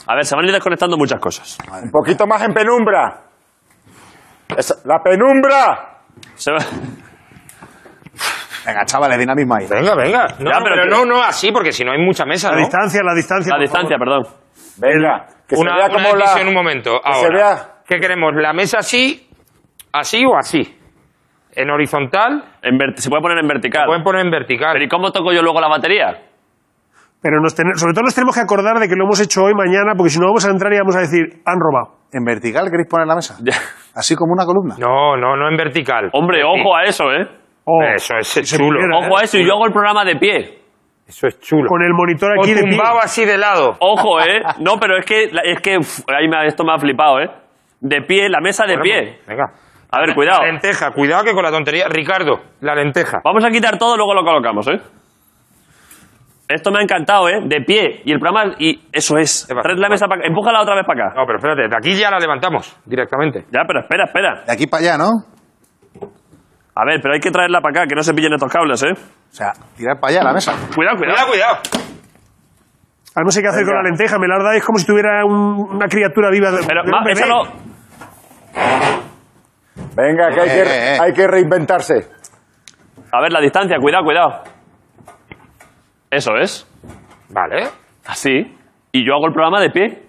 A ver, se van a ir desconectando muchas cosas.
Un poquito más en penumbra. Esa- ¡La penumbra!
Se va-
Venga, chavales, dinamismo ahí.
Venga, venga. No,
Ya,
no,
pero
pero,
que-
no, no, así, porque si no hay mucha mesa,
La
¿no?
distancia, la distancia.
La
por favor.
distancia, perdón.
Venga, que
una,
se vea
una
como la...
decisión un momento.
que se
Ahora,
vea.
¿qué queremos? ¿La mesa así, así o así? En horizontal,
En ver- se puede poner en vertical.
pueden poner en
Pero ¿y
vertical.
cómo toco yo luego la batería?
Pero nos ten- sobre todo nos tenemos que acordar de que lo hemos hecho hoy, mañana, porque si no vamos a entrar y vamos a decir, han robado.
¿En vertical queréis poner la mesa?
Ya.
Así como una columna.
No, no, no en vertical.
Hombre,
Verti-
ojo a eso, ¿eh?
Oh,
Eso es
se
chulo.
pudiera,
Ojo
¿eh?
a eso. Y yo hago el programa de pie.
Eso es chulo.
Con el monitor
O
aquí de pie.
tumbado así de lado.
Ojo, ¿eh? No, pero es que, la- es que uf, ahí me- esto me ha flipado, ¿eh? De pie, la mesa de
Bueno, pues,
pie.
Venga.
A ver, cuidado.
La lenteja, cuidado que con la tontería. Ricardo, la lenteja.
Vamos a quitar todo, luego lo colocamos, ¿eh? Esto me ha encantado, ¿eh? De pie. Y el programa... Y eso es.
Te vas,
Traed
te
la
vas.
mesa para acá. Empújala otra vez para acá.
No, pero espérate, de aquí ya la levantamos directamente.
Ya, pero espera, espera.
De aquí para allá, ¿no? O
A ver, pero hay que traerla para acá, que no se pillen estos cables, ¿eh?
sea, tirar para allá la mesa.
Cuidado, cuidado.
Cuidado, cuidado.
Ah, no sé qué hacer con la lenteja, me la verdad es como si tuviera un- una criatura viva. de-
Pero,
de un
ma,
bebé.
échalo.
Venga, que hay que,
Eh, eh, eh.
hay que reinventarse.
A ver, la distancia. Cuidado, cuidado. Eso es.
Vale.
Así. Y yo hago el programa de pie.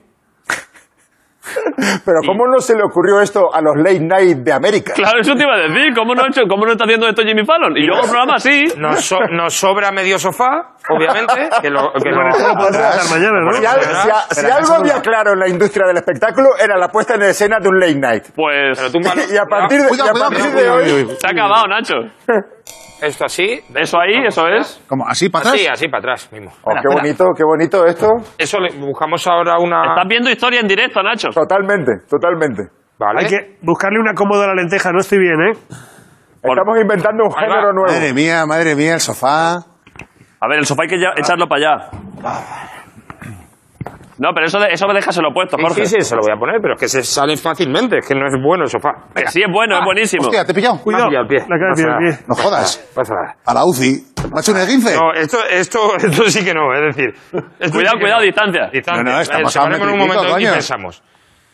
Pero ¿cómo no se le ocurrió esto a los late night de América?
Claro, eso te iba a decir. ¿Cómo no, ha hecho, cómo no está haciendo esto Jimmy Fallon? Y yo hago el programa así.
Nos, so- nos sobra medio sofá, obviamente. Que lo, que lo-
Bueno, esto lo podemos
Atrás.
hacer mañana, ¿no?
Pues
Si, al-
Espera,
si a- si
espera,
algo
déjame
había
hablar.
claro en la industria del espectáculo era la puesta en escena de un late night.
Pues...
pero <laughs> túmbalo.
Y a partir de,
Cuidado,
y a
cuidado,
partir
cuidado,
de
cuidado,
hoy...
cuidado.
Se ha acabado, Nacho.
Esto así.
Eso ahí, eso es.
¿Cómo? ¿Así para atrás?
Así, así para atrás mismo.
Oh, qué bonito, qué bonito esto.
Eso le buscamos ahora una.
Estás viendo historia en directo, Nacho.
Totalmente, totalmente.
Vale.
Hay que buscarle un acomodo a la lenteja, no estoy bien, ¿eh?
Estamos inventando un
Ahí va.
género nuevo.
Madre mía, madre mía, el sofá.
A ver, el sofá hay
Ah.
que ya- echarlo para allá. No, pero eso, de, eso déjaselo puesto,
Sí,
Jorge.
Sí, sí, se lo voy a poner, pero es que se sale fácilmente. Es que no es bueno el sofá.
Que sí es
Ah.
bueno, es buenísimo.
Hostia, te he pillado.
Cuidado.
pillado el pie.
La cara
No pasa
de pie,
nada.
pie.
No jodas.
Pasa nada.
A la UCI. ¿Me ha hecho un esguince?
No, esto, esto, <laughs> esto sí que no, es decir. esto
Cuidado,
sí que
cuidado,
no.
distancia.
Distancia.
No, no, estamos
Eh, separemos
a
en
un
un
metrito,
momento y
coño.
pensamos.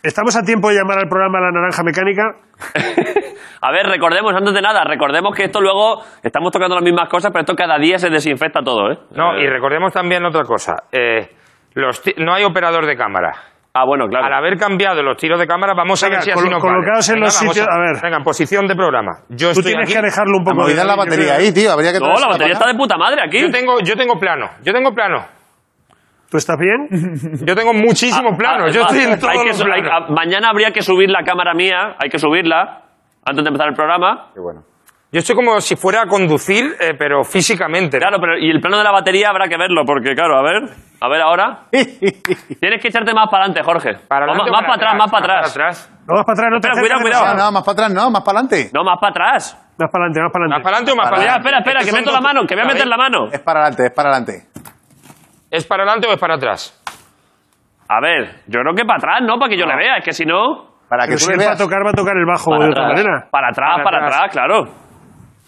¿Estamos a tiempo de llamar al programa La Naranja Mecánica?
<laughs> A ver, recordemos, antes de nada, recordemos que esto luego estamos tocando las mismas cosas, pero esto cada día se desinfecta todo, ¿eh?
No,
Eh,
y recordemos también otra cosa. Eh, los ti- no hay operador de cámara.
Ah, bueno,
Al
claro.
haber cambiado los tiros de cámara, vamos a
Venga,
ver si
colo-
así nos
colocaos en
vale.
los
vamos
sitios- a ver.
Venga, en posición de programa. Yo
Tú
estoy
tienes
aquí.
que alejarlo un
La
poco.
movida
de-
la batería ahí, tío. Habría que
No,
traerse
la batería está
para
de puta madre aquí.
Yo tengo, yo tengo plano. Yo tengo plano.
¿eh?
¿Tú estás
<laughs>
bien?
Yo tengo muchísimos planos.
Ah,
yo
ah,
estoy en
hay
todos
que
los
su- hay-
planos.
ah, mañana habría que subir la cámara mía, hay que subirla antes de empezar el programa.
Yo estoy como si fuera a conducir, eh, pero físicamente. ¿no?
Claro, pero y el plano de la batería habrá que verlo, porque claro, a ver, a ver ahora. Tienes que echarte más para adelante, Jorge.
Para
O ma-
adelante o
más para atrás, más para
Más
atrás.
para atrás.
No vas para atrás, no te
Espera,
acerques
cuidado,
demasiado.
cuidado.
No, no, más para atrás, no, más para adelante.
No, más para atrás.
Más para adelante, más
¿Más
para adelante.
para adelante o más para
Espera,
atrás?
espera, espera, que meto la mano, que voy a meter la mano.
Es para adelante, es para adelante.
¿Es para adelante o es para atrás?
A ver, yo creo que para atrás, ¿no? Para que yo le vea, es que si no.
Para que
Pero
tú
si
le
él va a
veas.
tocar, va a tocar el bajo
Para
de otra
atrás,
manera.
para atrás,
Para
para
atrás.
atrás, claro.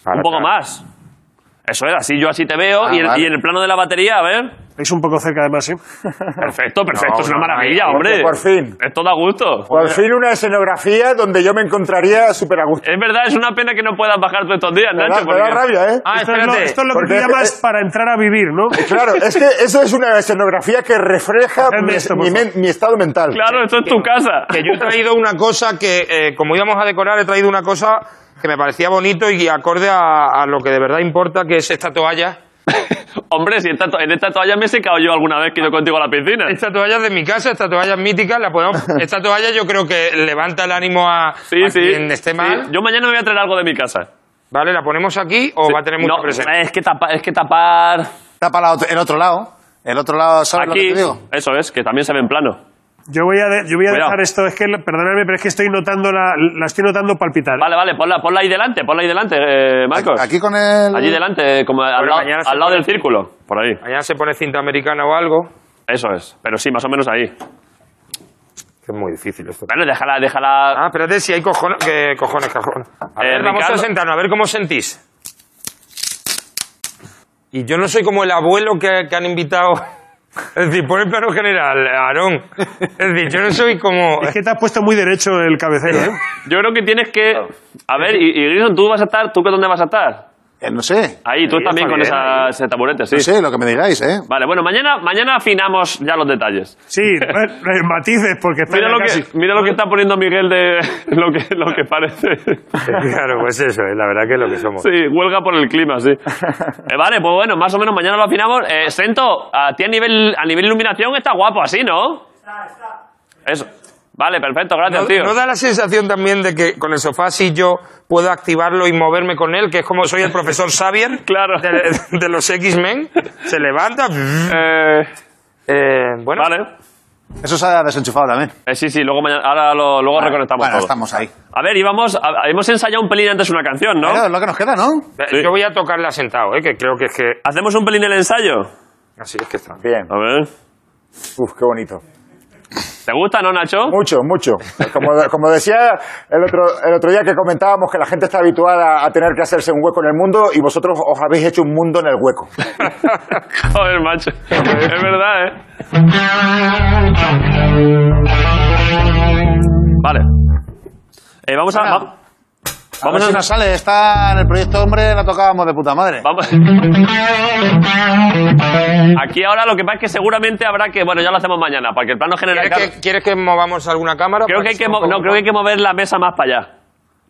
Un poco más. Eso es, así yo así te veo
Ah,
y, en-
vale.
y en el plano de la batería, a ver.
Es un poco cerca además, ¿eh?
<laughs>
Perfecto, perfecto.
No,
es una
no, no,
maravilla,
no,
hombre.
por
fin. Esto da gusto.
Por fin una escenografía donde yo me encontraría súper a gusto.
Es verdad, es una pena que no puedas bajar tú estos días,
Me da-
Nacho.
me da rabia, ¿eh?
Ah,
esto, es
espérate.
lo, esto es lo que
Porque-
tú llamas para entrar a vivir, ¿no?
Claro, es que eso es una escenografía que refleja
Hazme
mi,
esto, por
mi men- mi estado mental.
Claro, esto es tu casa.
Que yo he traído una cosa que, eh, como íbamos a decorar, he traído una cosa que me parecía bonito y acorde a, a lo que de verdad importa, que es esta toalla.
Hombre, si en, esta to- en esta toalla me he secado yo alguna vez que he ido contigo a la piscina.
Esta toalla es de mi casa, esta toalla es mítica, la
<laughs>
podemos... Esta toalla yo creo que levanta el ánimo a,
Sí,
a
sí.
quien esté
sí.
mal.
Yo mañana me voy a traer algo de mi casa.
¿Vale? ¿La ponemos aquí o Pues va a tener mucha
No,
presencia?
es que, tapa- es que tapar
Tapa la ot- el otro lado. El otro lado, ¿sabes
aquí,
lo que te digo?
eso es, que también se ve en plano.
Yo voy a, de- yo voy a
Cuidado.
dejar esto, es que, perdonadme, pero es que estoy notando la, la estoy notando palpitar.
Vale, vale, ponla, ponla ahí delante, ponla ahí delante, eh, Marcos.
Aquí con el...
Allí delante, eh, como al,
Bueno,
lado-
mañana se
al lado
pone-
del círculo, por ahí.
Mañana se pone cinta americana o algo.
Eso es, pero sí, más o menos ahí.
Es muy difícil esto.
Bueno, déjala, déjala.
Ah, espérate, si hay cojones... ¿Qué cojones, cojones? A
Eh,
ver, vamos
Ricardo.
a sentarnos, a ver cómo os sentís. Y yo no soy como el abuelo que, que han invitado... <laughs> Es decir, por el plano general, Aarón. Es decir, yo no soy como... <laughs>
Es que te has puesto muy derecho el cabecero, ¿eh?
Yo creo que tienes que. A ver, y, y Grison, tú vas a estar, ¿tú qué dónde vas a estar?
Eh, no sé.
Ahí, tú
Ahí
también
está
con
bien,
esa, ese taburete, sí.
No sé, lo que me digáis, ¿eh?
Vale, bueno, mañana, mañana afinamos ya los detalles. <laughs>
Sí, eh, matices, porque está
Mira
ya
lo,
casi.
que, mira lo que está poniendo Miguel de <laughs> lo que, lo que parece.
Claro, pues eso, es la verdad que es lo que somos.
Sí, huelga por el clima,
<laughs>
sí. Eh, vale, pues bueno, más o menos mañana lo afinamos. Eh, Sento, a ti a nivel, a nivel iluminación está guapo así, ¿no? Está, está. Eso. Vale, perfecto, gracias,
¿No,
tío.
no da la sensación también de que con el sofá sí yo puedo activarlo y moverme con él? Que es como soy el profesor Xavier
<laughs> Claro.
de, de los X-Men. Se levanta. <laughs>
Eh,
Eh, bueno,
Vale.
Eso se ha desenchufado también.
Eh, sí, sí, luego, mañana, ahora lo, luego reconectamos
Bueno,
todo.
estamos ahí.
A ver, íbamos, a- hemos ensayado un pelín antes una canción, ¿no?
Claro, es lo que nos queda, ¿no?
eh,
sí.
yo voy a tocarla sentado, eh, que creo que es que.
¿Hacemos un pelín el ensayo?
Así es que está.
Bien.
A ver.
Uf, qué bonito.
¿Te gusta, no, Nacho?
Mucho, mucho. Como, como decía el otro, el otro día que comentábamos que la gente está habituada a tener que hacerse un hueco en el mundo y vosotros os habéis hecho un mundo en el hueco.
Joder, macho. es verdad, ¿eh? Vale. Eh, vamos a...
Venga.
va-
A ver
vamos
si
a...
nos sale. Está en el proyecto Hombre, la tocábamos de puta madre.
Vamos. Aquí ahora lo que pasa es que seguramente habrá que... Bueno, ya lo hacemos mañana, porque el plano general...
¿Quieres,
claro,
que, quieres que movamos alguna cámara?
creo
para
que hay que...
sea un
mo-
poco
No, creo que hay
más?
que mover la mesa más para allá.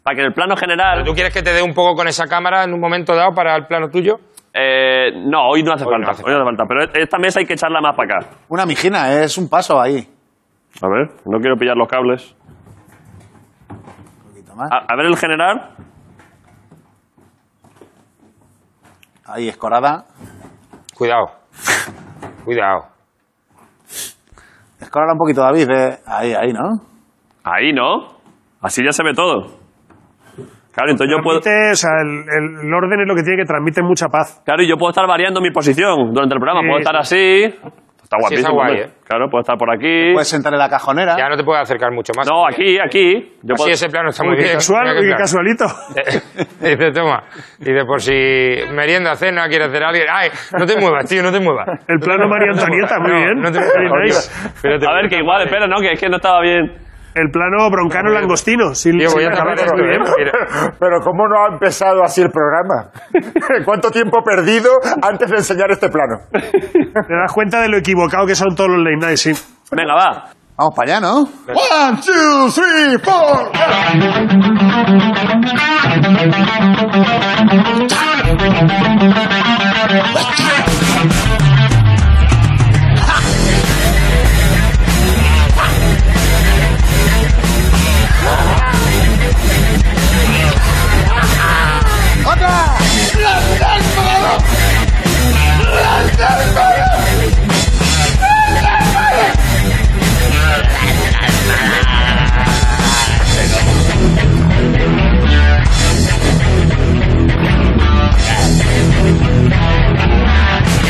Para que en el plano general...
¿Tú quieres que te dé un poco con esa cámara en un momento dado para el plano tuyo?
Eh, no, hoy no hace falta. hoy no hace falta. Pero esta mesa hay que echarla más para acá.
Una mijina, eh, es un paso ahí. Un
A ver, no quiero pillar los cables.
poquito más.
A, a ver el general.
Ahí, escorada.
<laughs>
Cuidado. Cuidado.
Escorada un poquito, David. eh. Ahí, ahí, ¿no?
Ahí, ¿no? Así ya se ve todo. Claro, entonces yo puedo.
Transmite, o sea, el, el- el orden es lo que tiene que transmitir mucha paz.
Claro, y yo puedo estar variando mi posición durante el programa.
Sí,
Puedo
sí.
estar así. Está
Así está
guapísimo.
guay,
hombre.
¿eh?
Claro, puedo estar por aquí.
Puedes sentar en la cajonera.
Ya no te puedes acercar mucho más.
no, aquí, aquí. Yo
Así
puedo-
ese plano está muy
Uy, qué
bien.
casual,
Mira qué
uy, qué
plano.
<laughs>
casualito.
<laughs> dice, toma. Dice, por si merienda, cena, quiere hacer alguien. Ay, no te muevas, tío, no
<laughs>
te muevas.
El
No te
plano
muevas,
María
no te
Antonieta,
muevas. No,
muy bien.
no te
Very
muevas,
nice.
tío. Espérate,
A ver, que igual, espera, ¿no? Que es que no estaba bien.
El plano broncano langostino. Sin,
Tío, voy
sin
a tapar
acabar,
esto,
muy bien.
eh. Mira.
<laughs> Pero ¿cómo no ha empezado así el programa? <laughs> ¿Cuánto tiempo perdido antes de enseñar este plano?
Te das cuenta de lo equivocado que son todos los late nights, sí.
Venga, va.
Vamos para allá, ¿no?
One, two, three, four.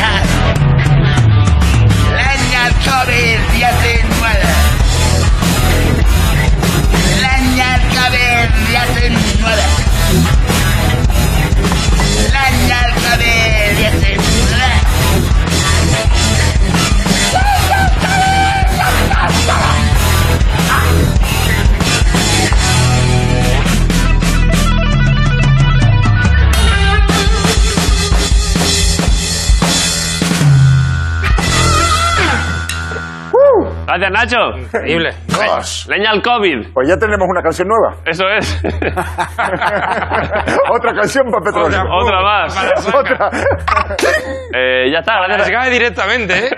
Gas,
Gracias, Nacho. Increíble. Leña al COVID.
Pues ya tenemos una
<laughs>
canción nueva. <laughs>
Eso es. Eh,
Otra canción para Petróleo.
Otra, otra más.
Otra.
Eh, ya está, gracias.
Las directamente, ¿eh?
<laughs>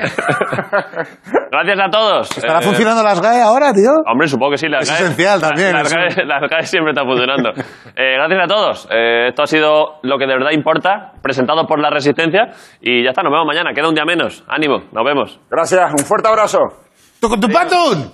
Gracias a todos.
¿Estará
Eh,
funcionando las GAE ahora, tío?
Hombre, supongo que sí. Las
Es
GAE-
esencial también,
Las,
eso.
las <laughs> GAE las GAE siempre están funcionando. Eh, gracias a todos. Eh, esto ha sido lo que de verdad importa, presentado por La Resistencia. Y ya está, nos vemos mañana. Queda un día menos. Ánimo, nos vemos.
Gracias, un fuerte abrazo.
¡Tu, tu patón!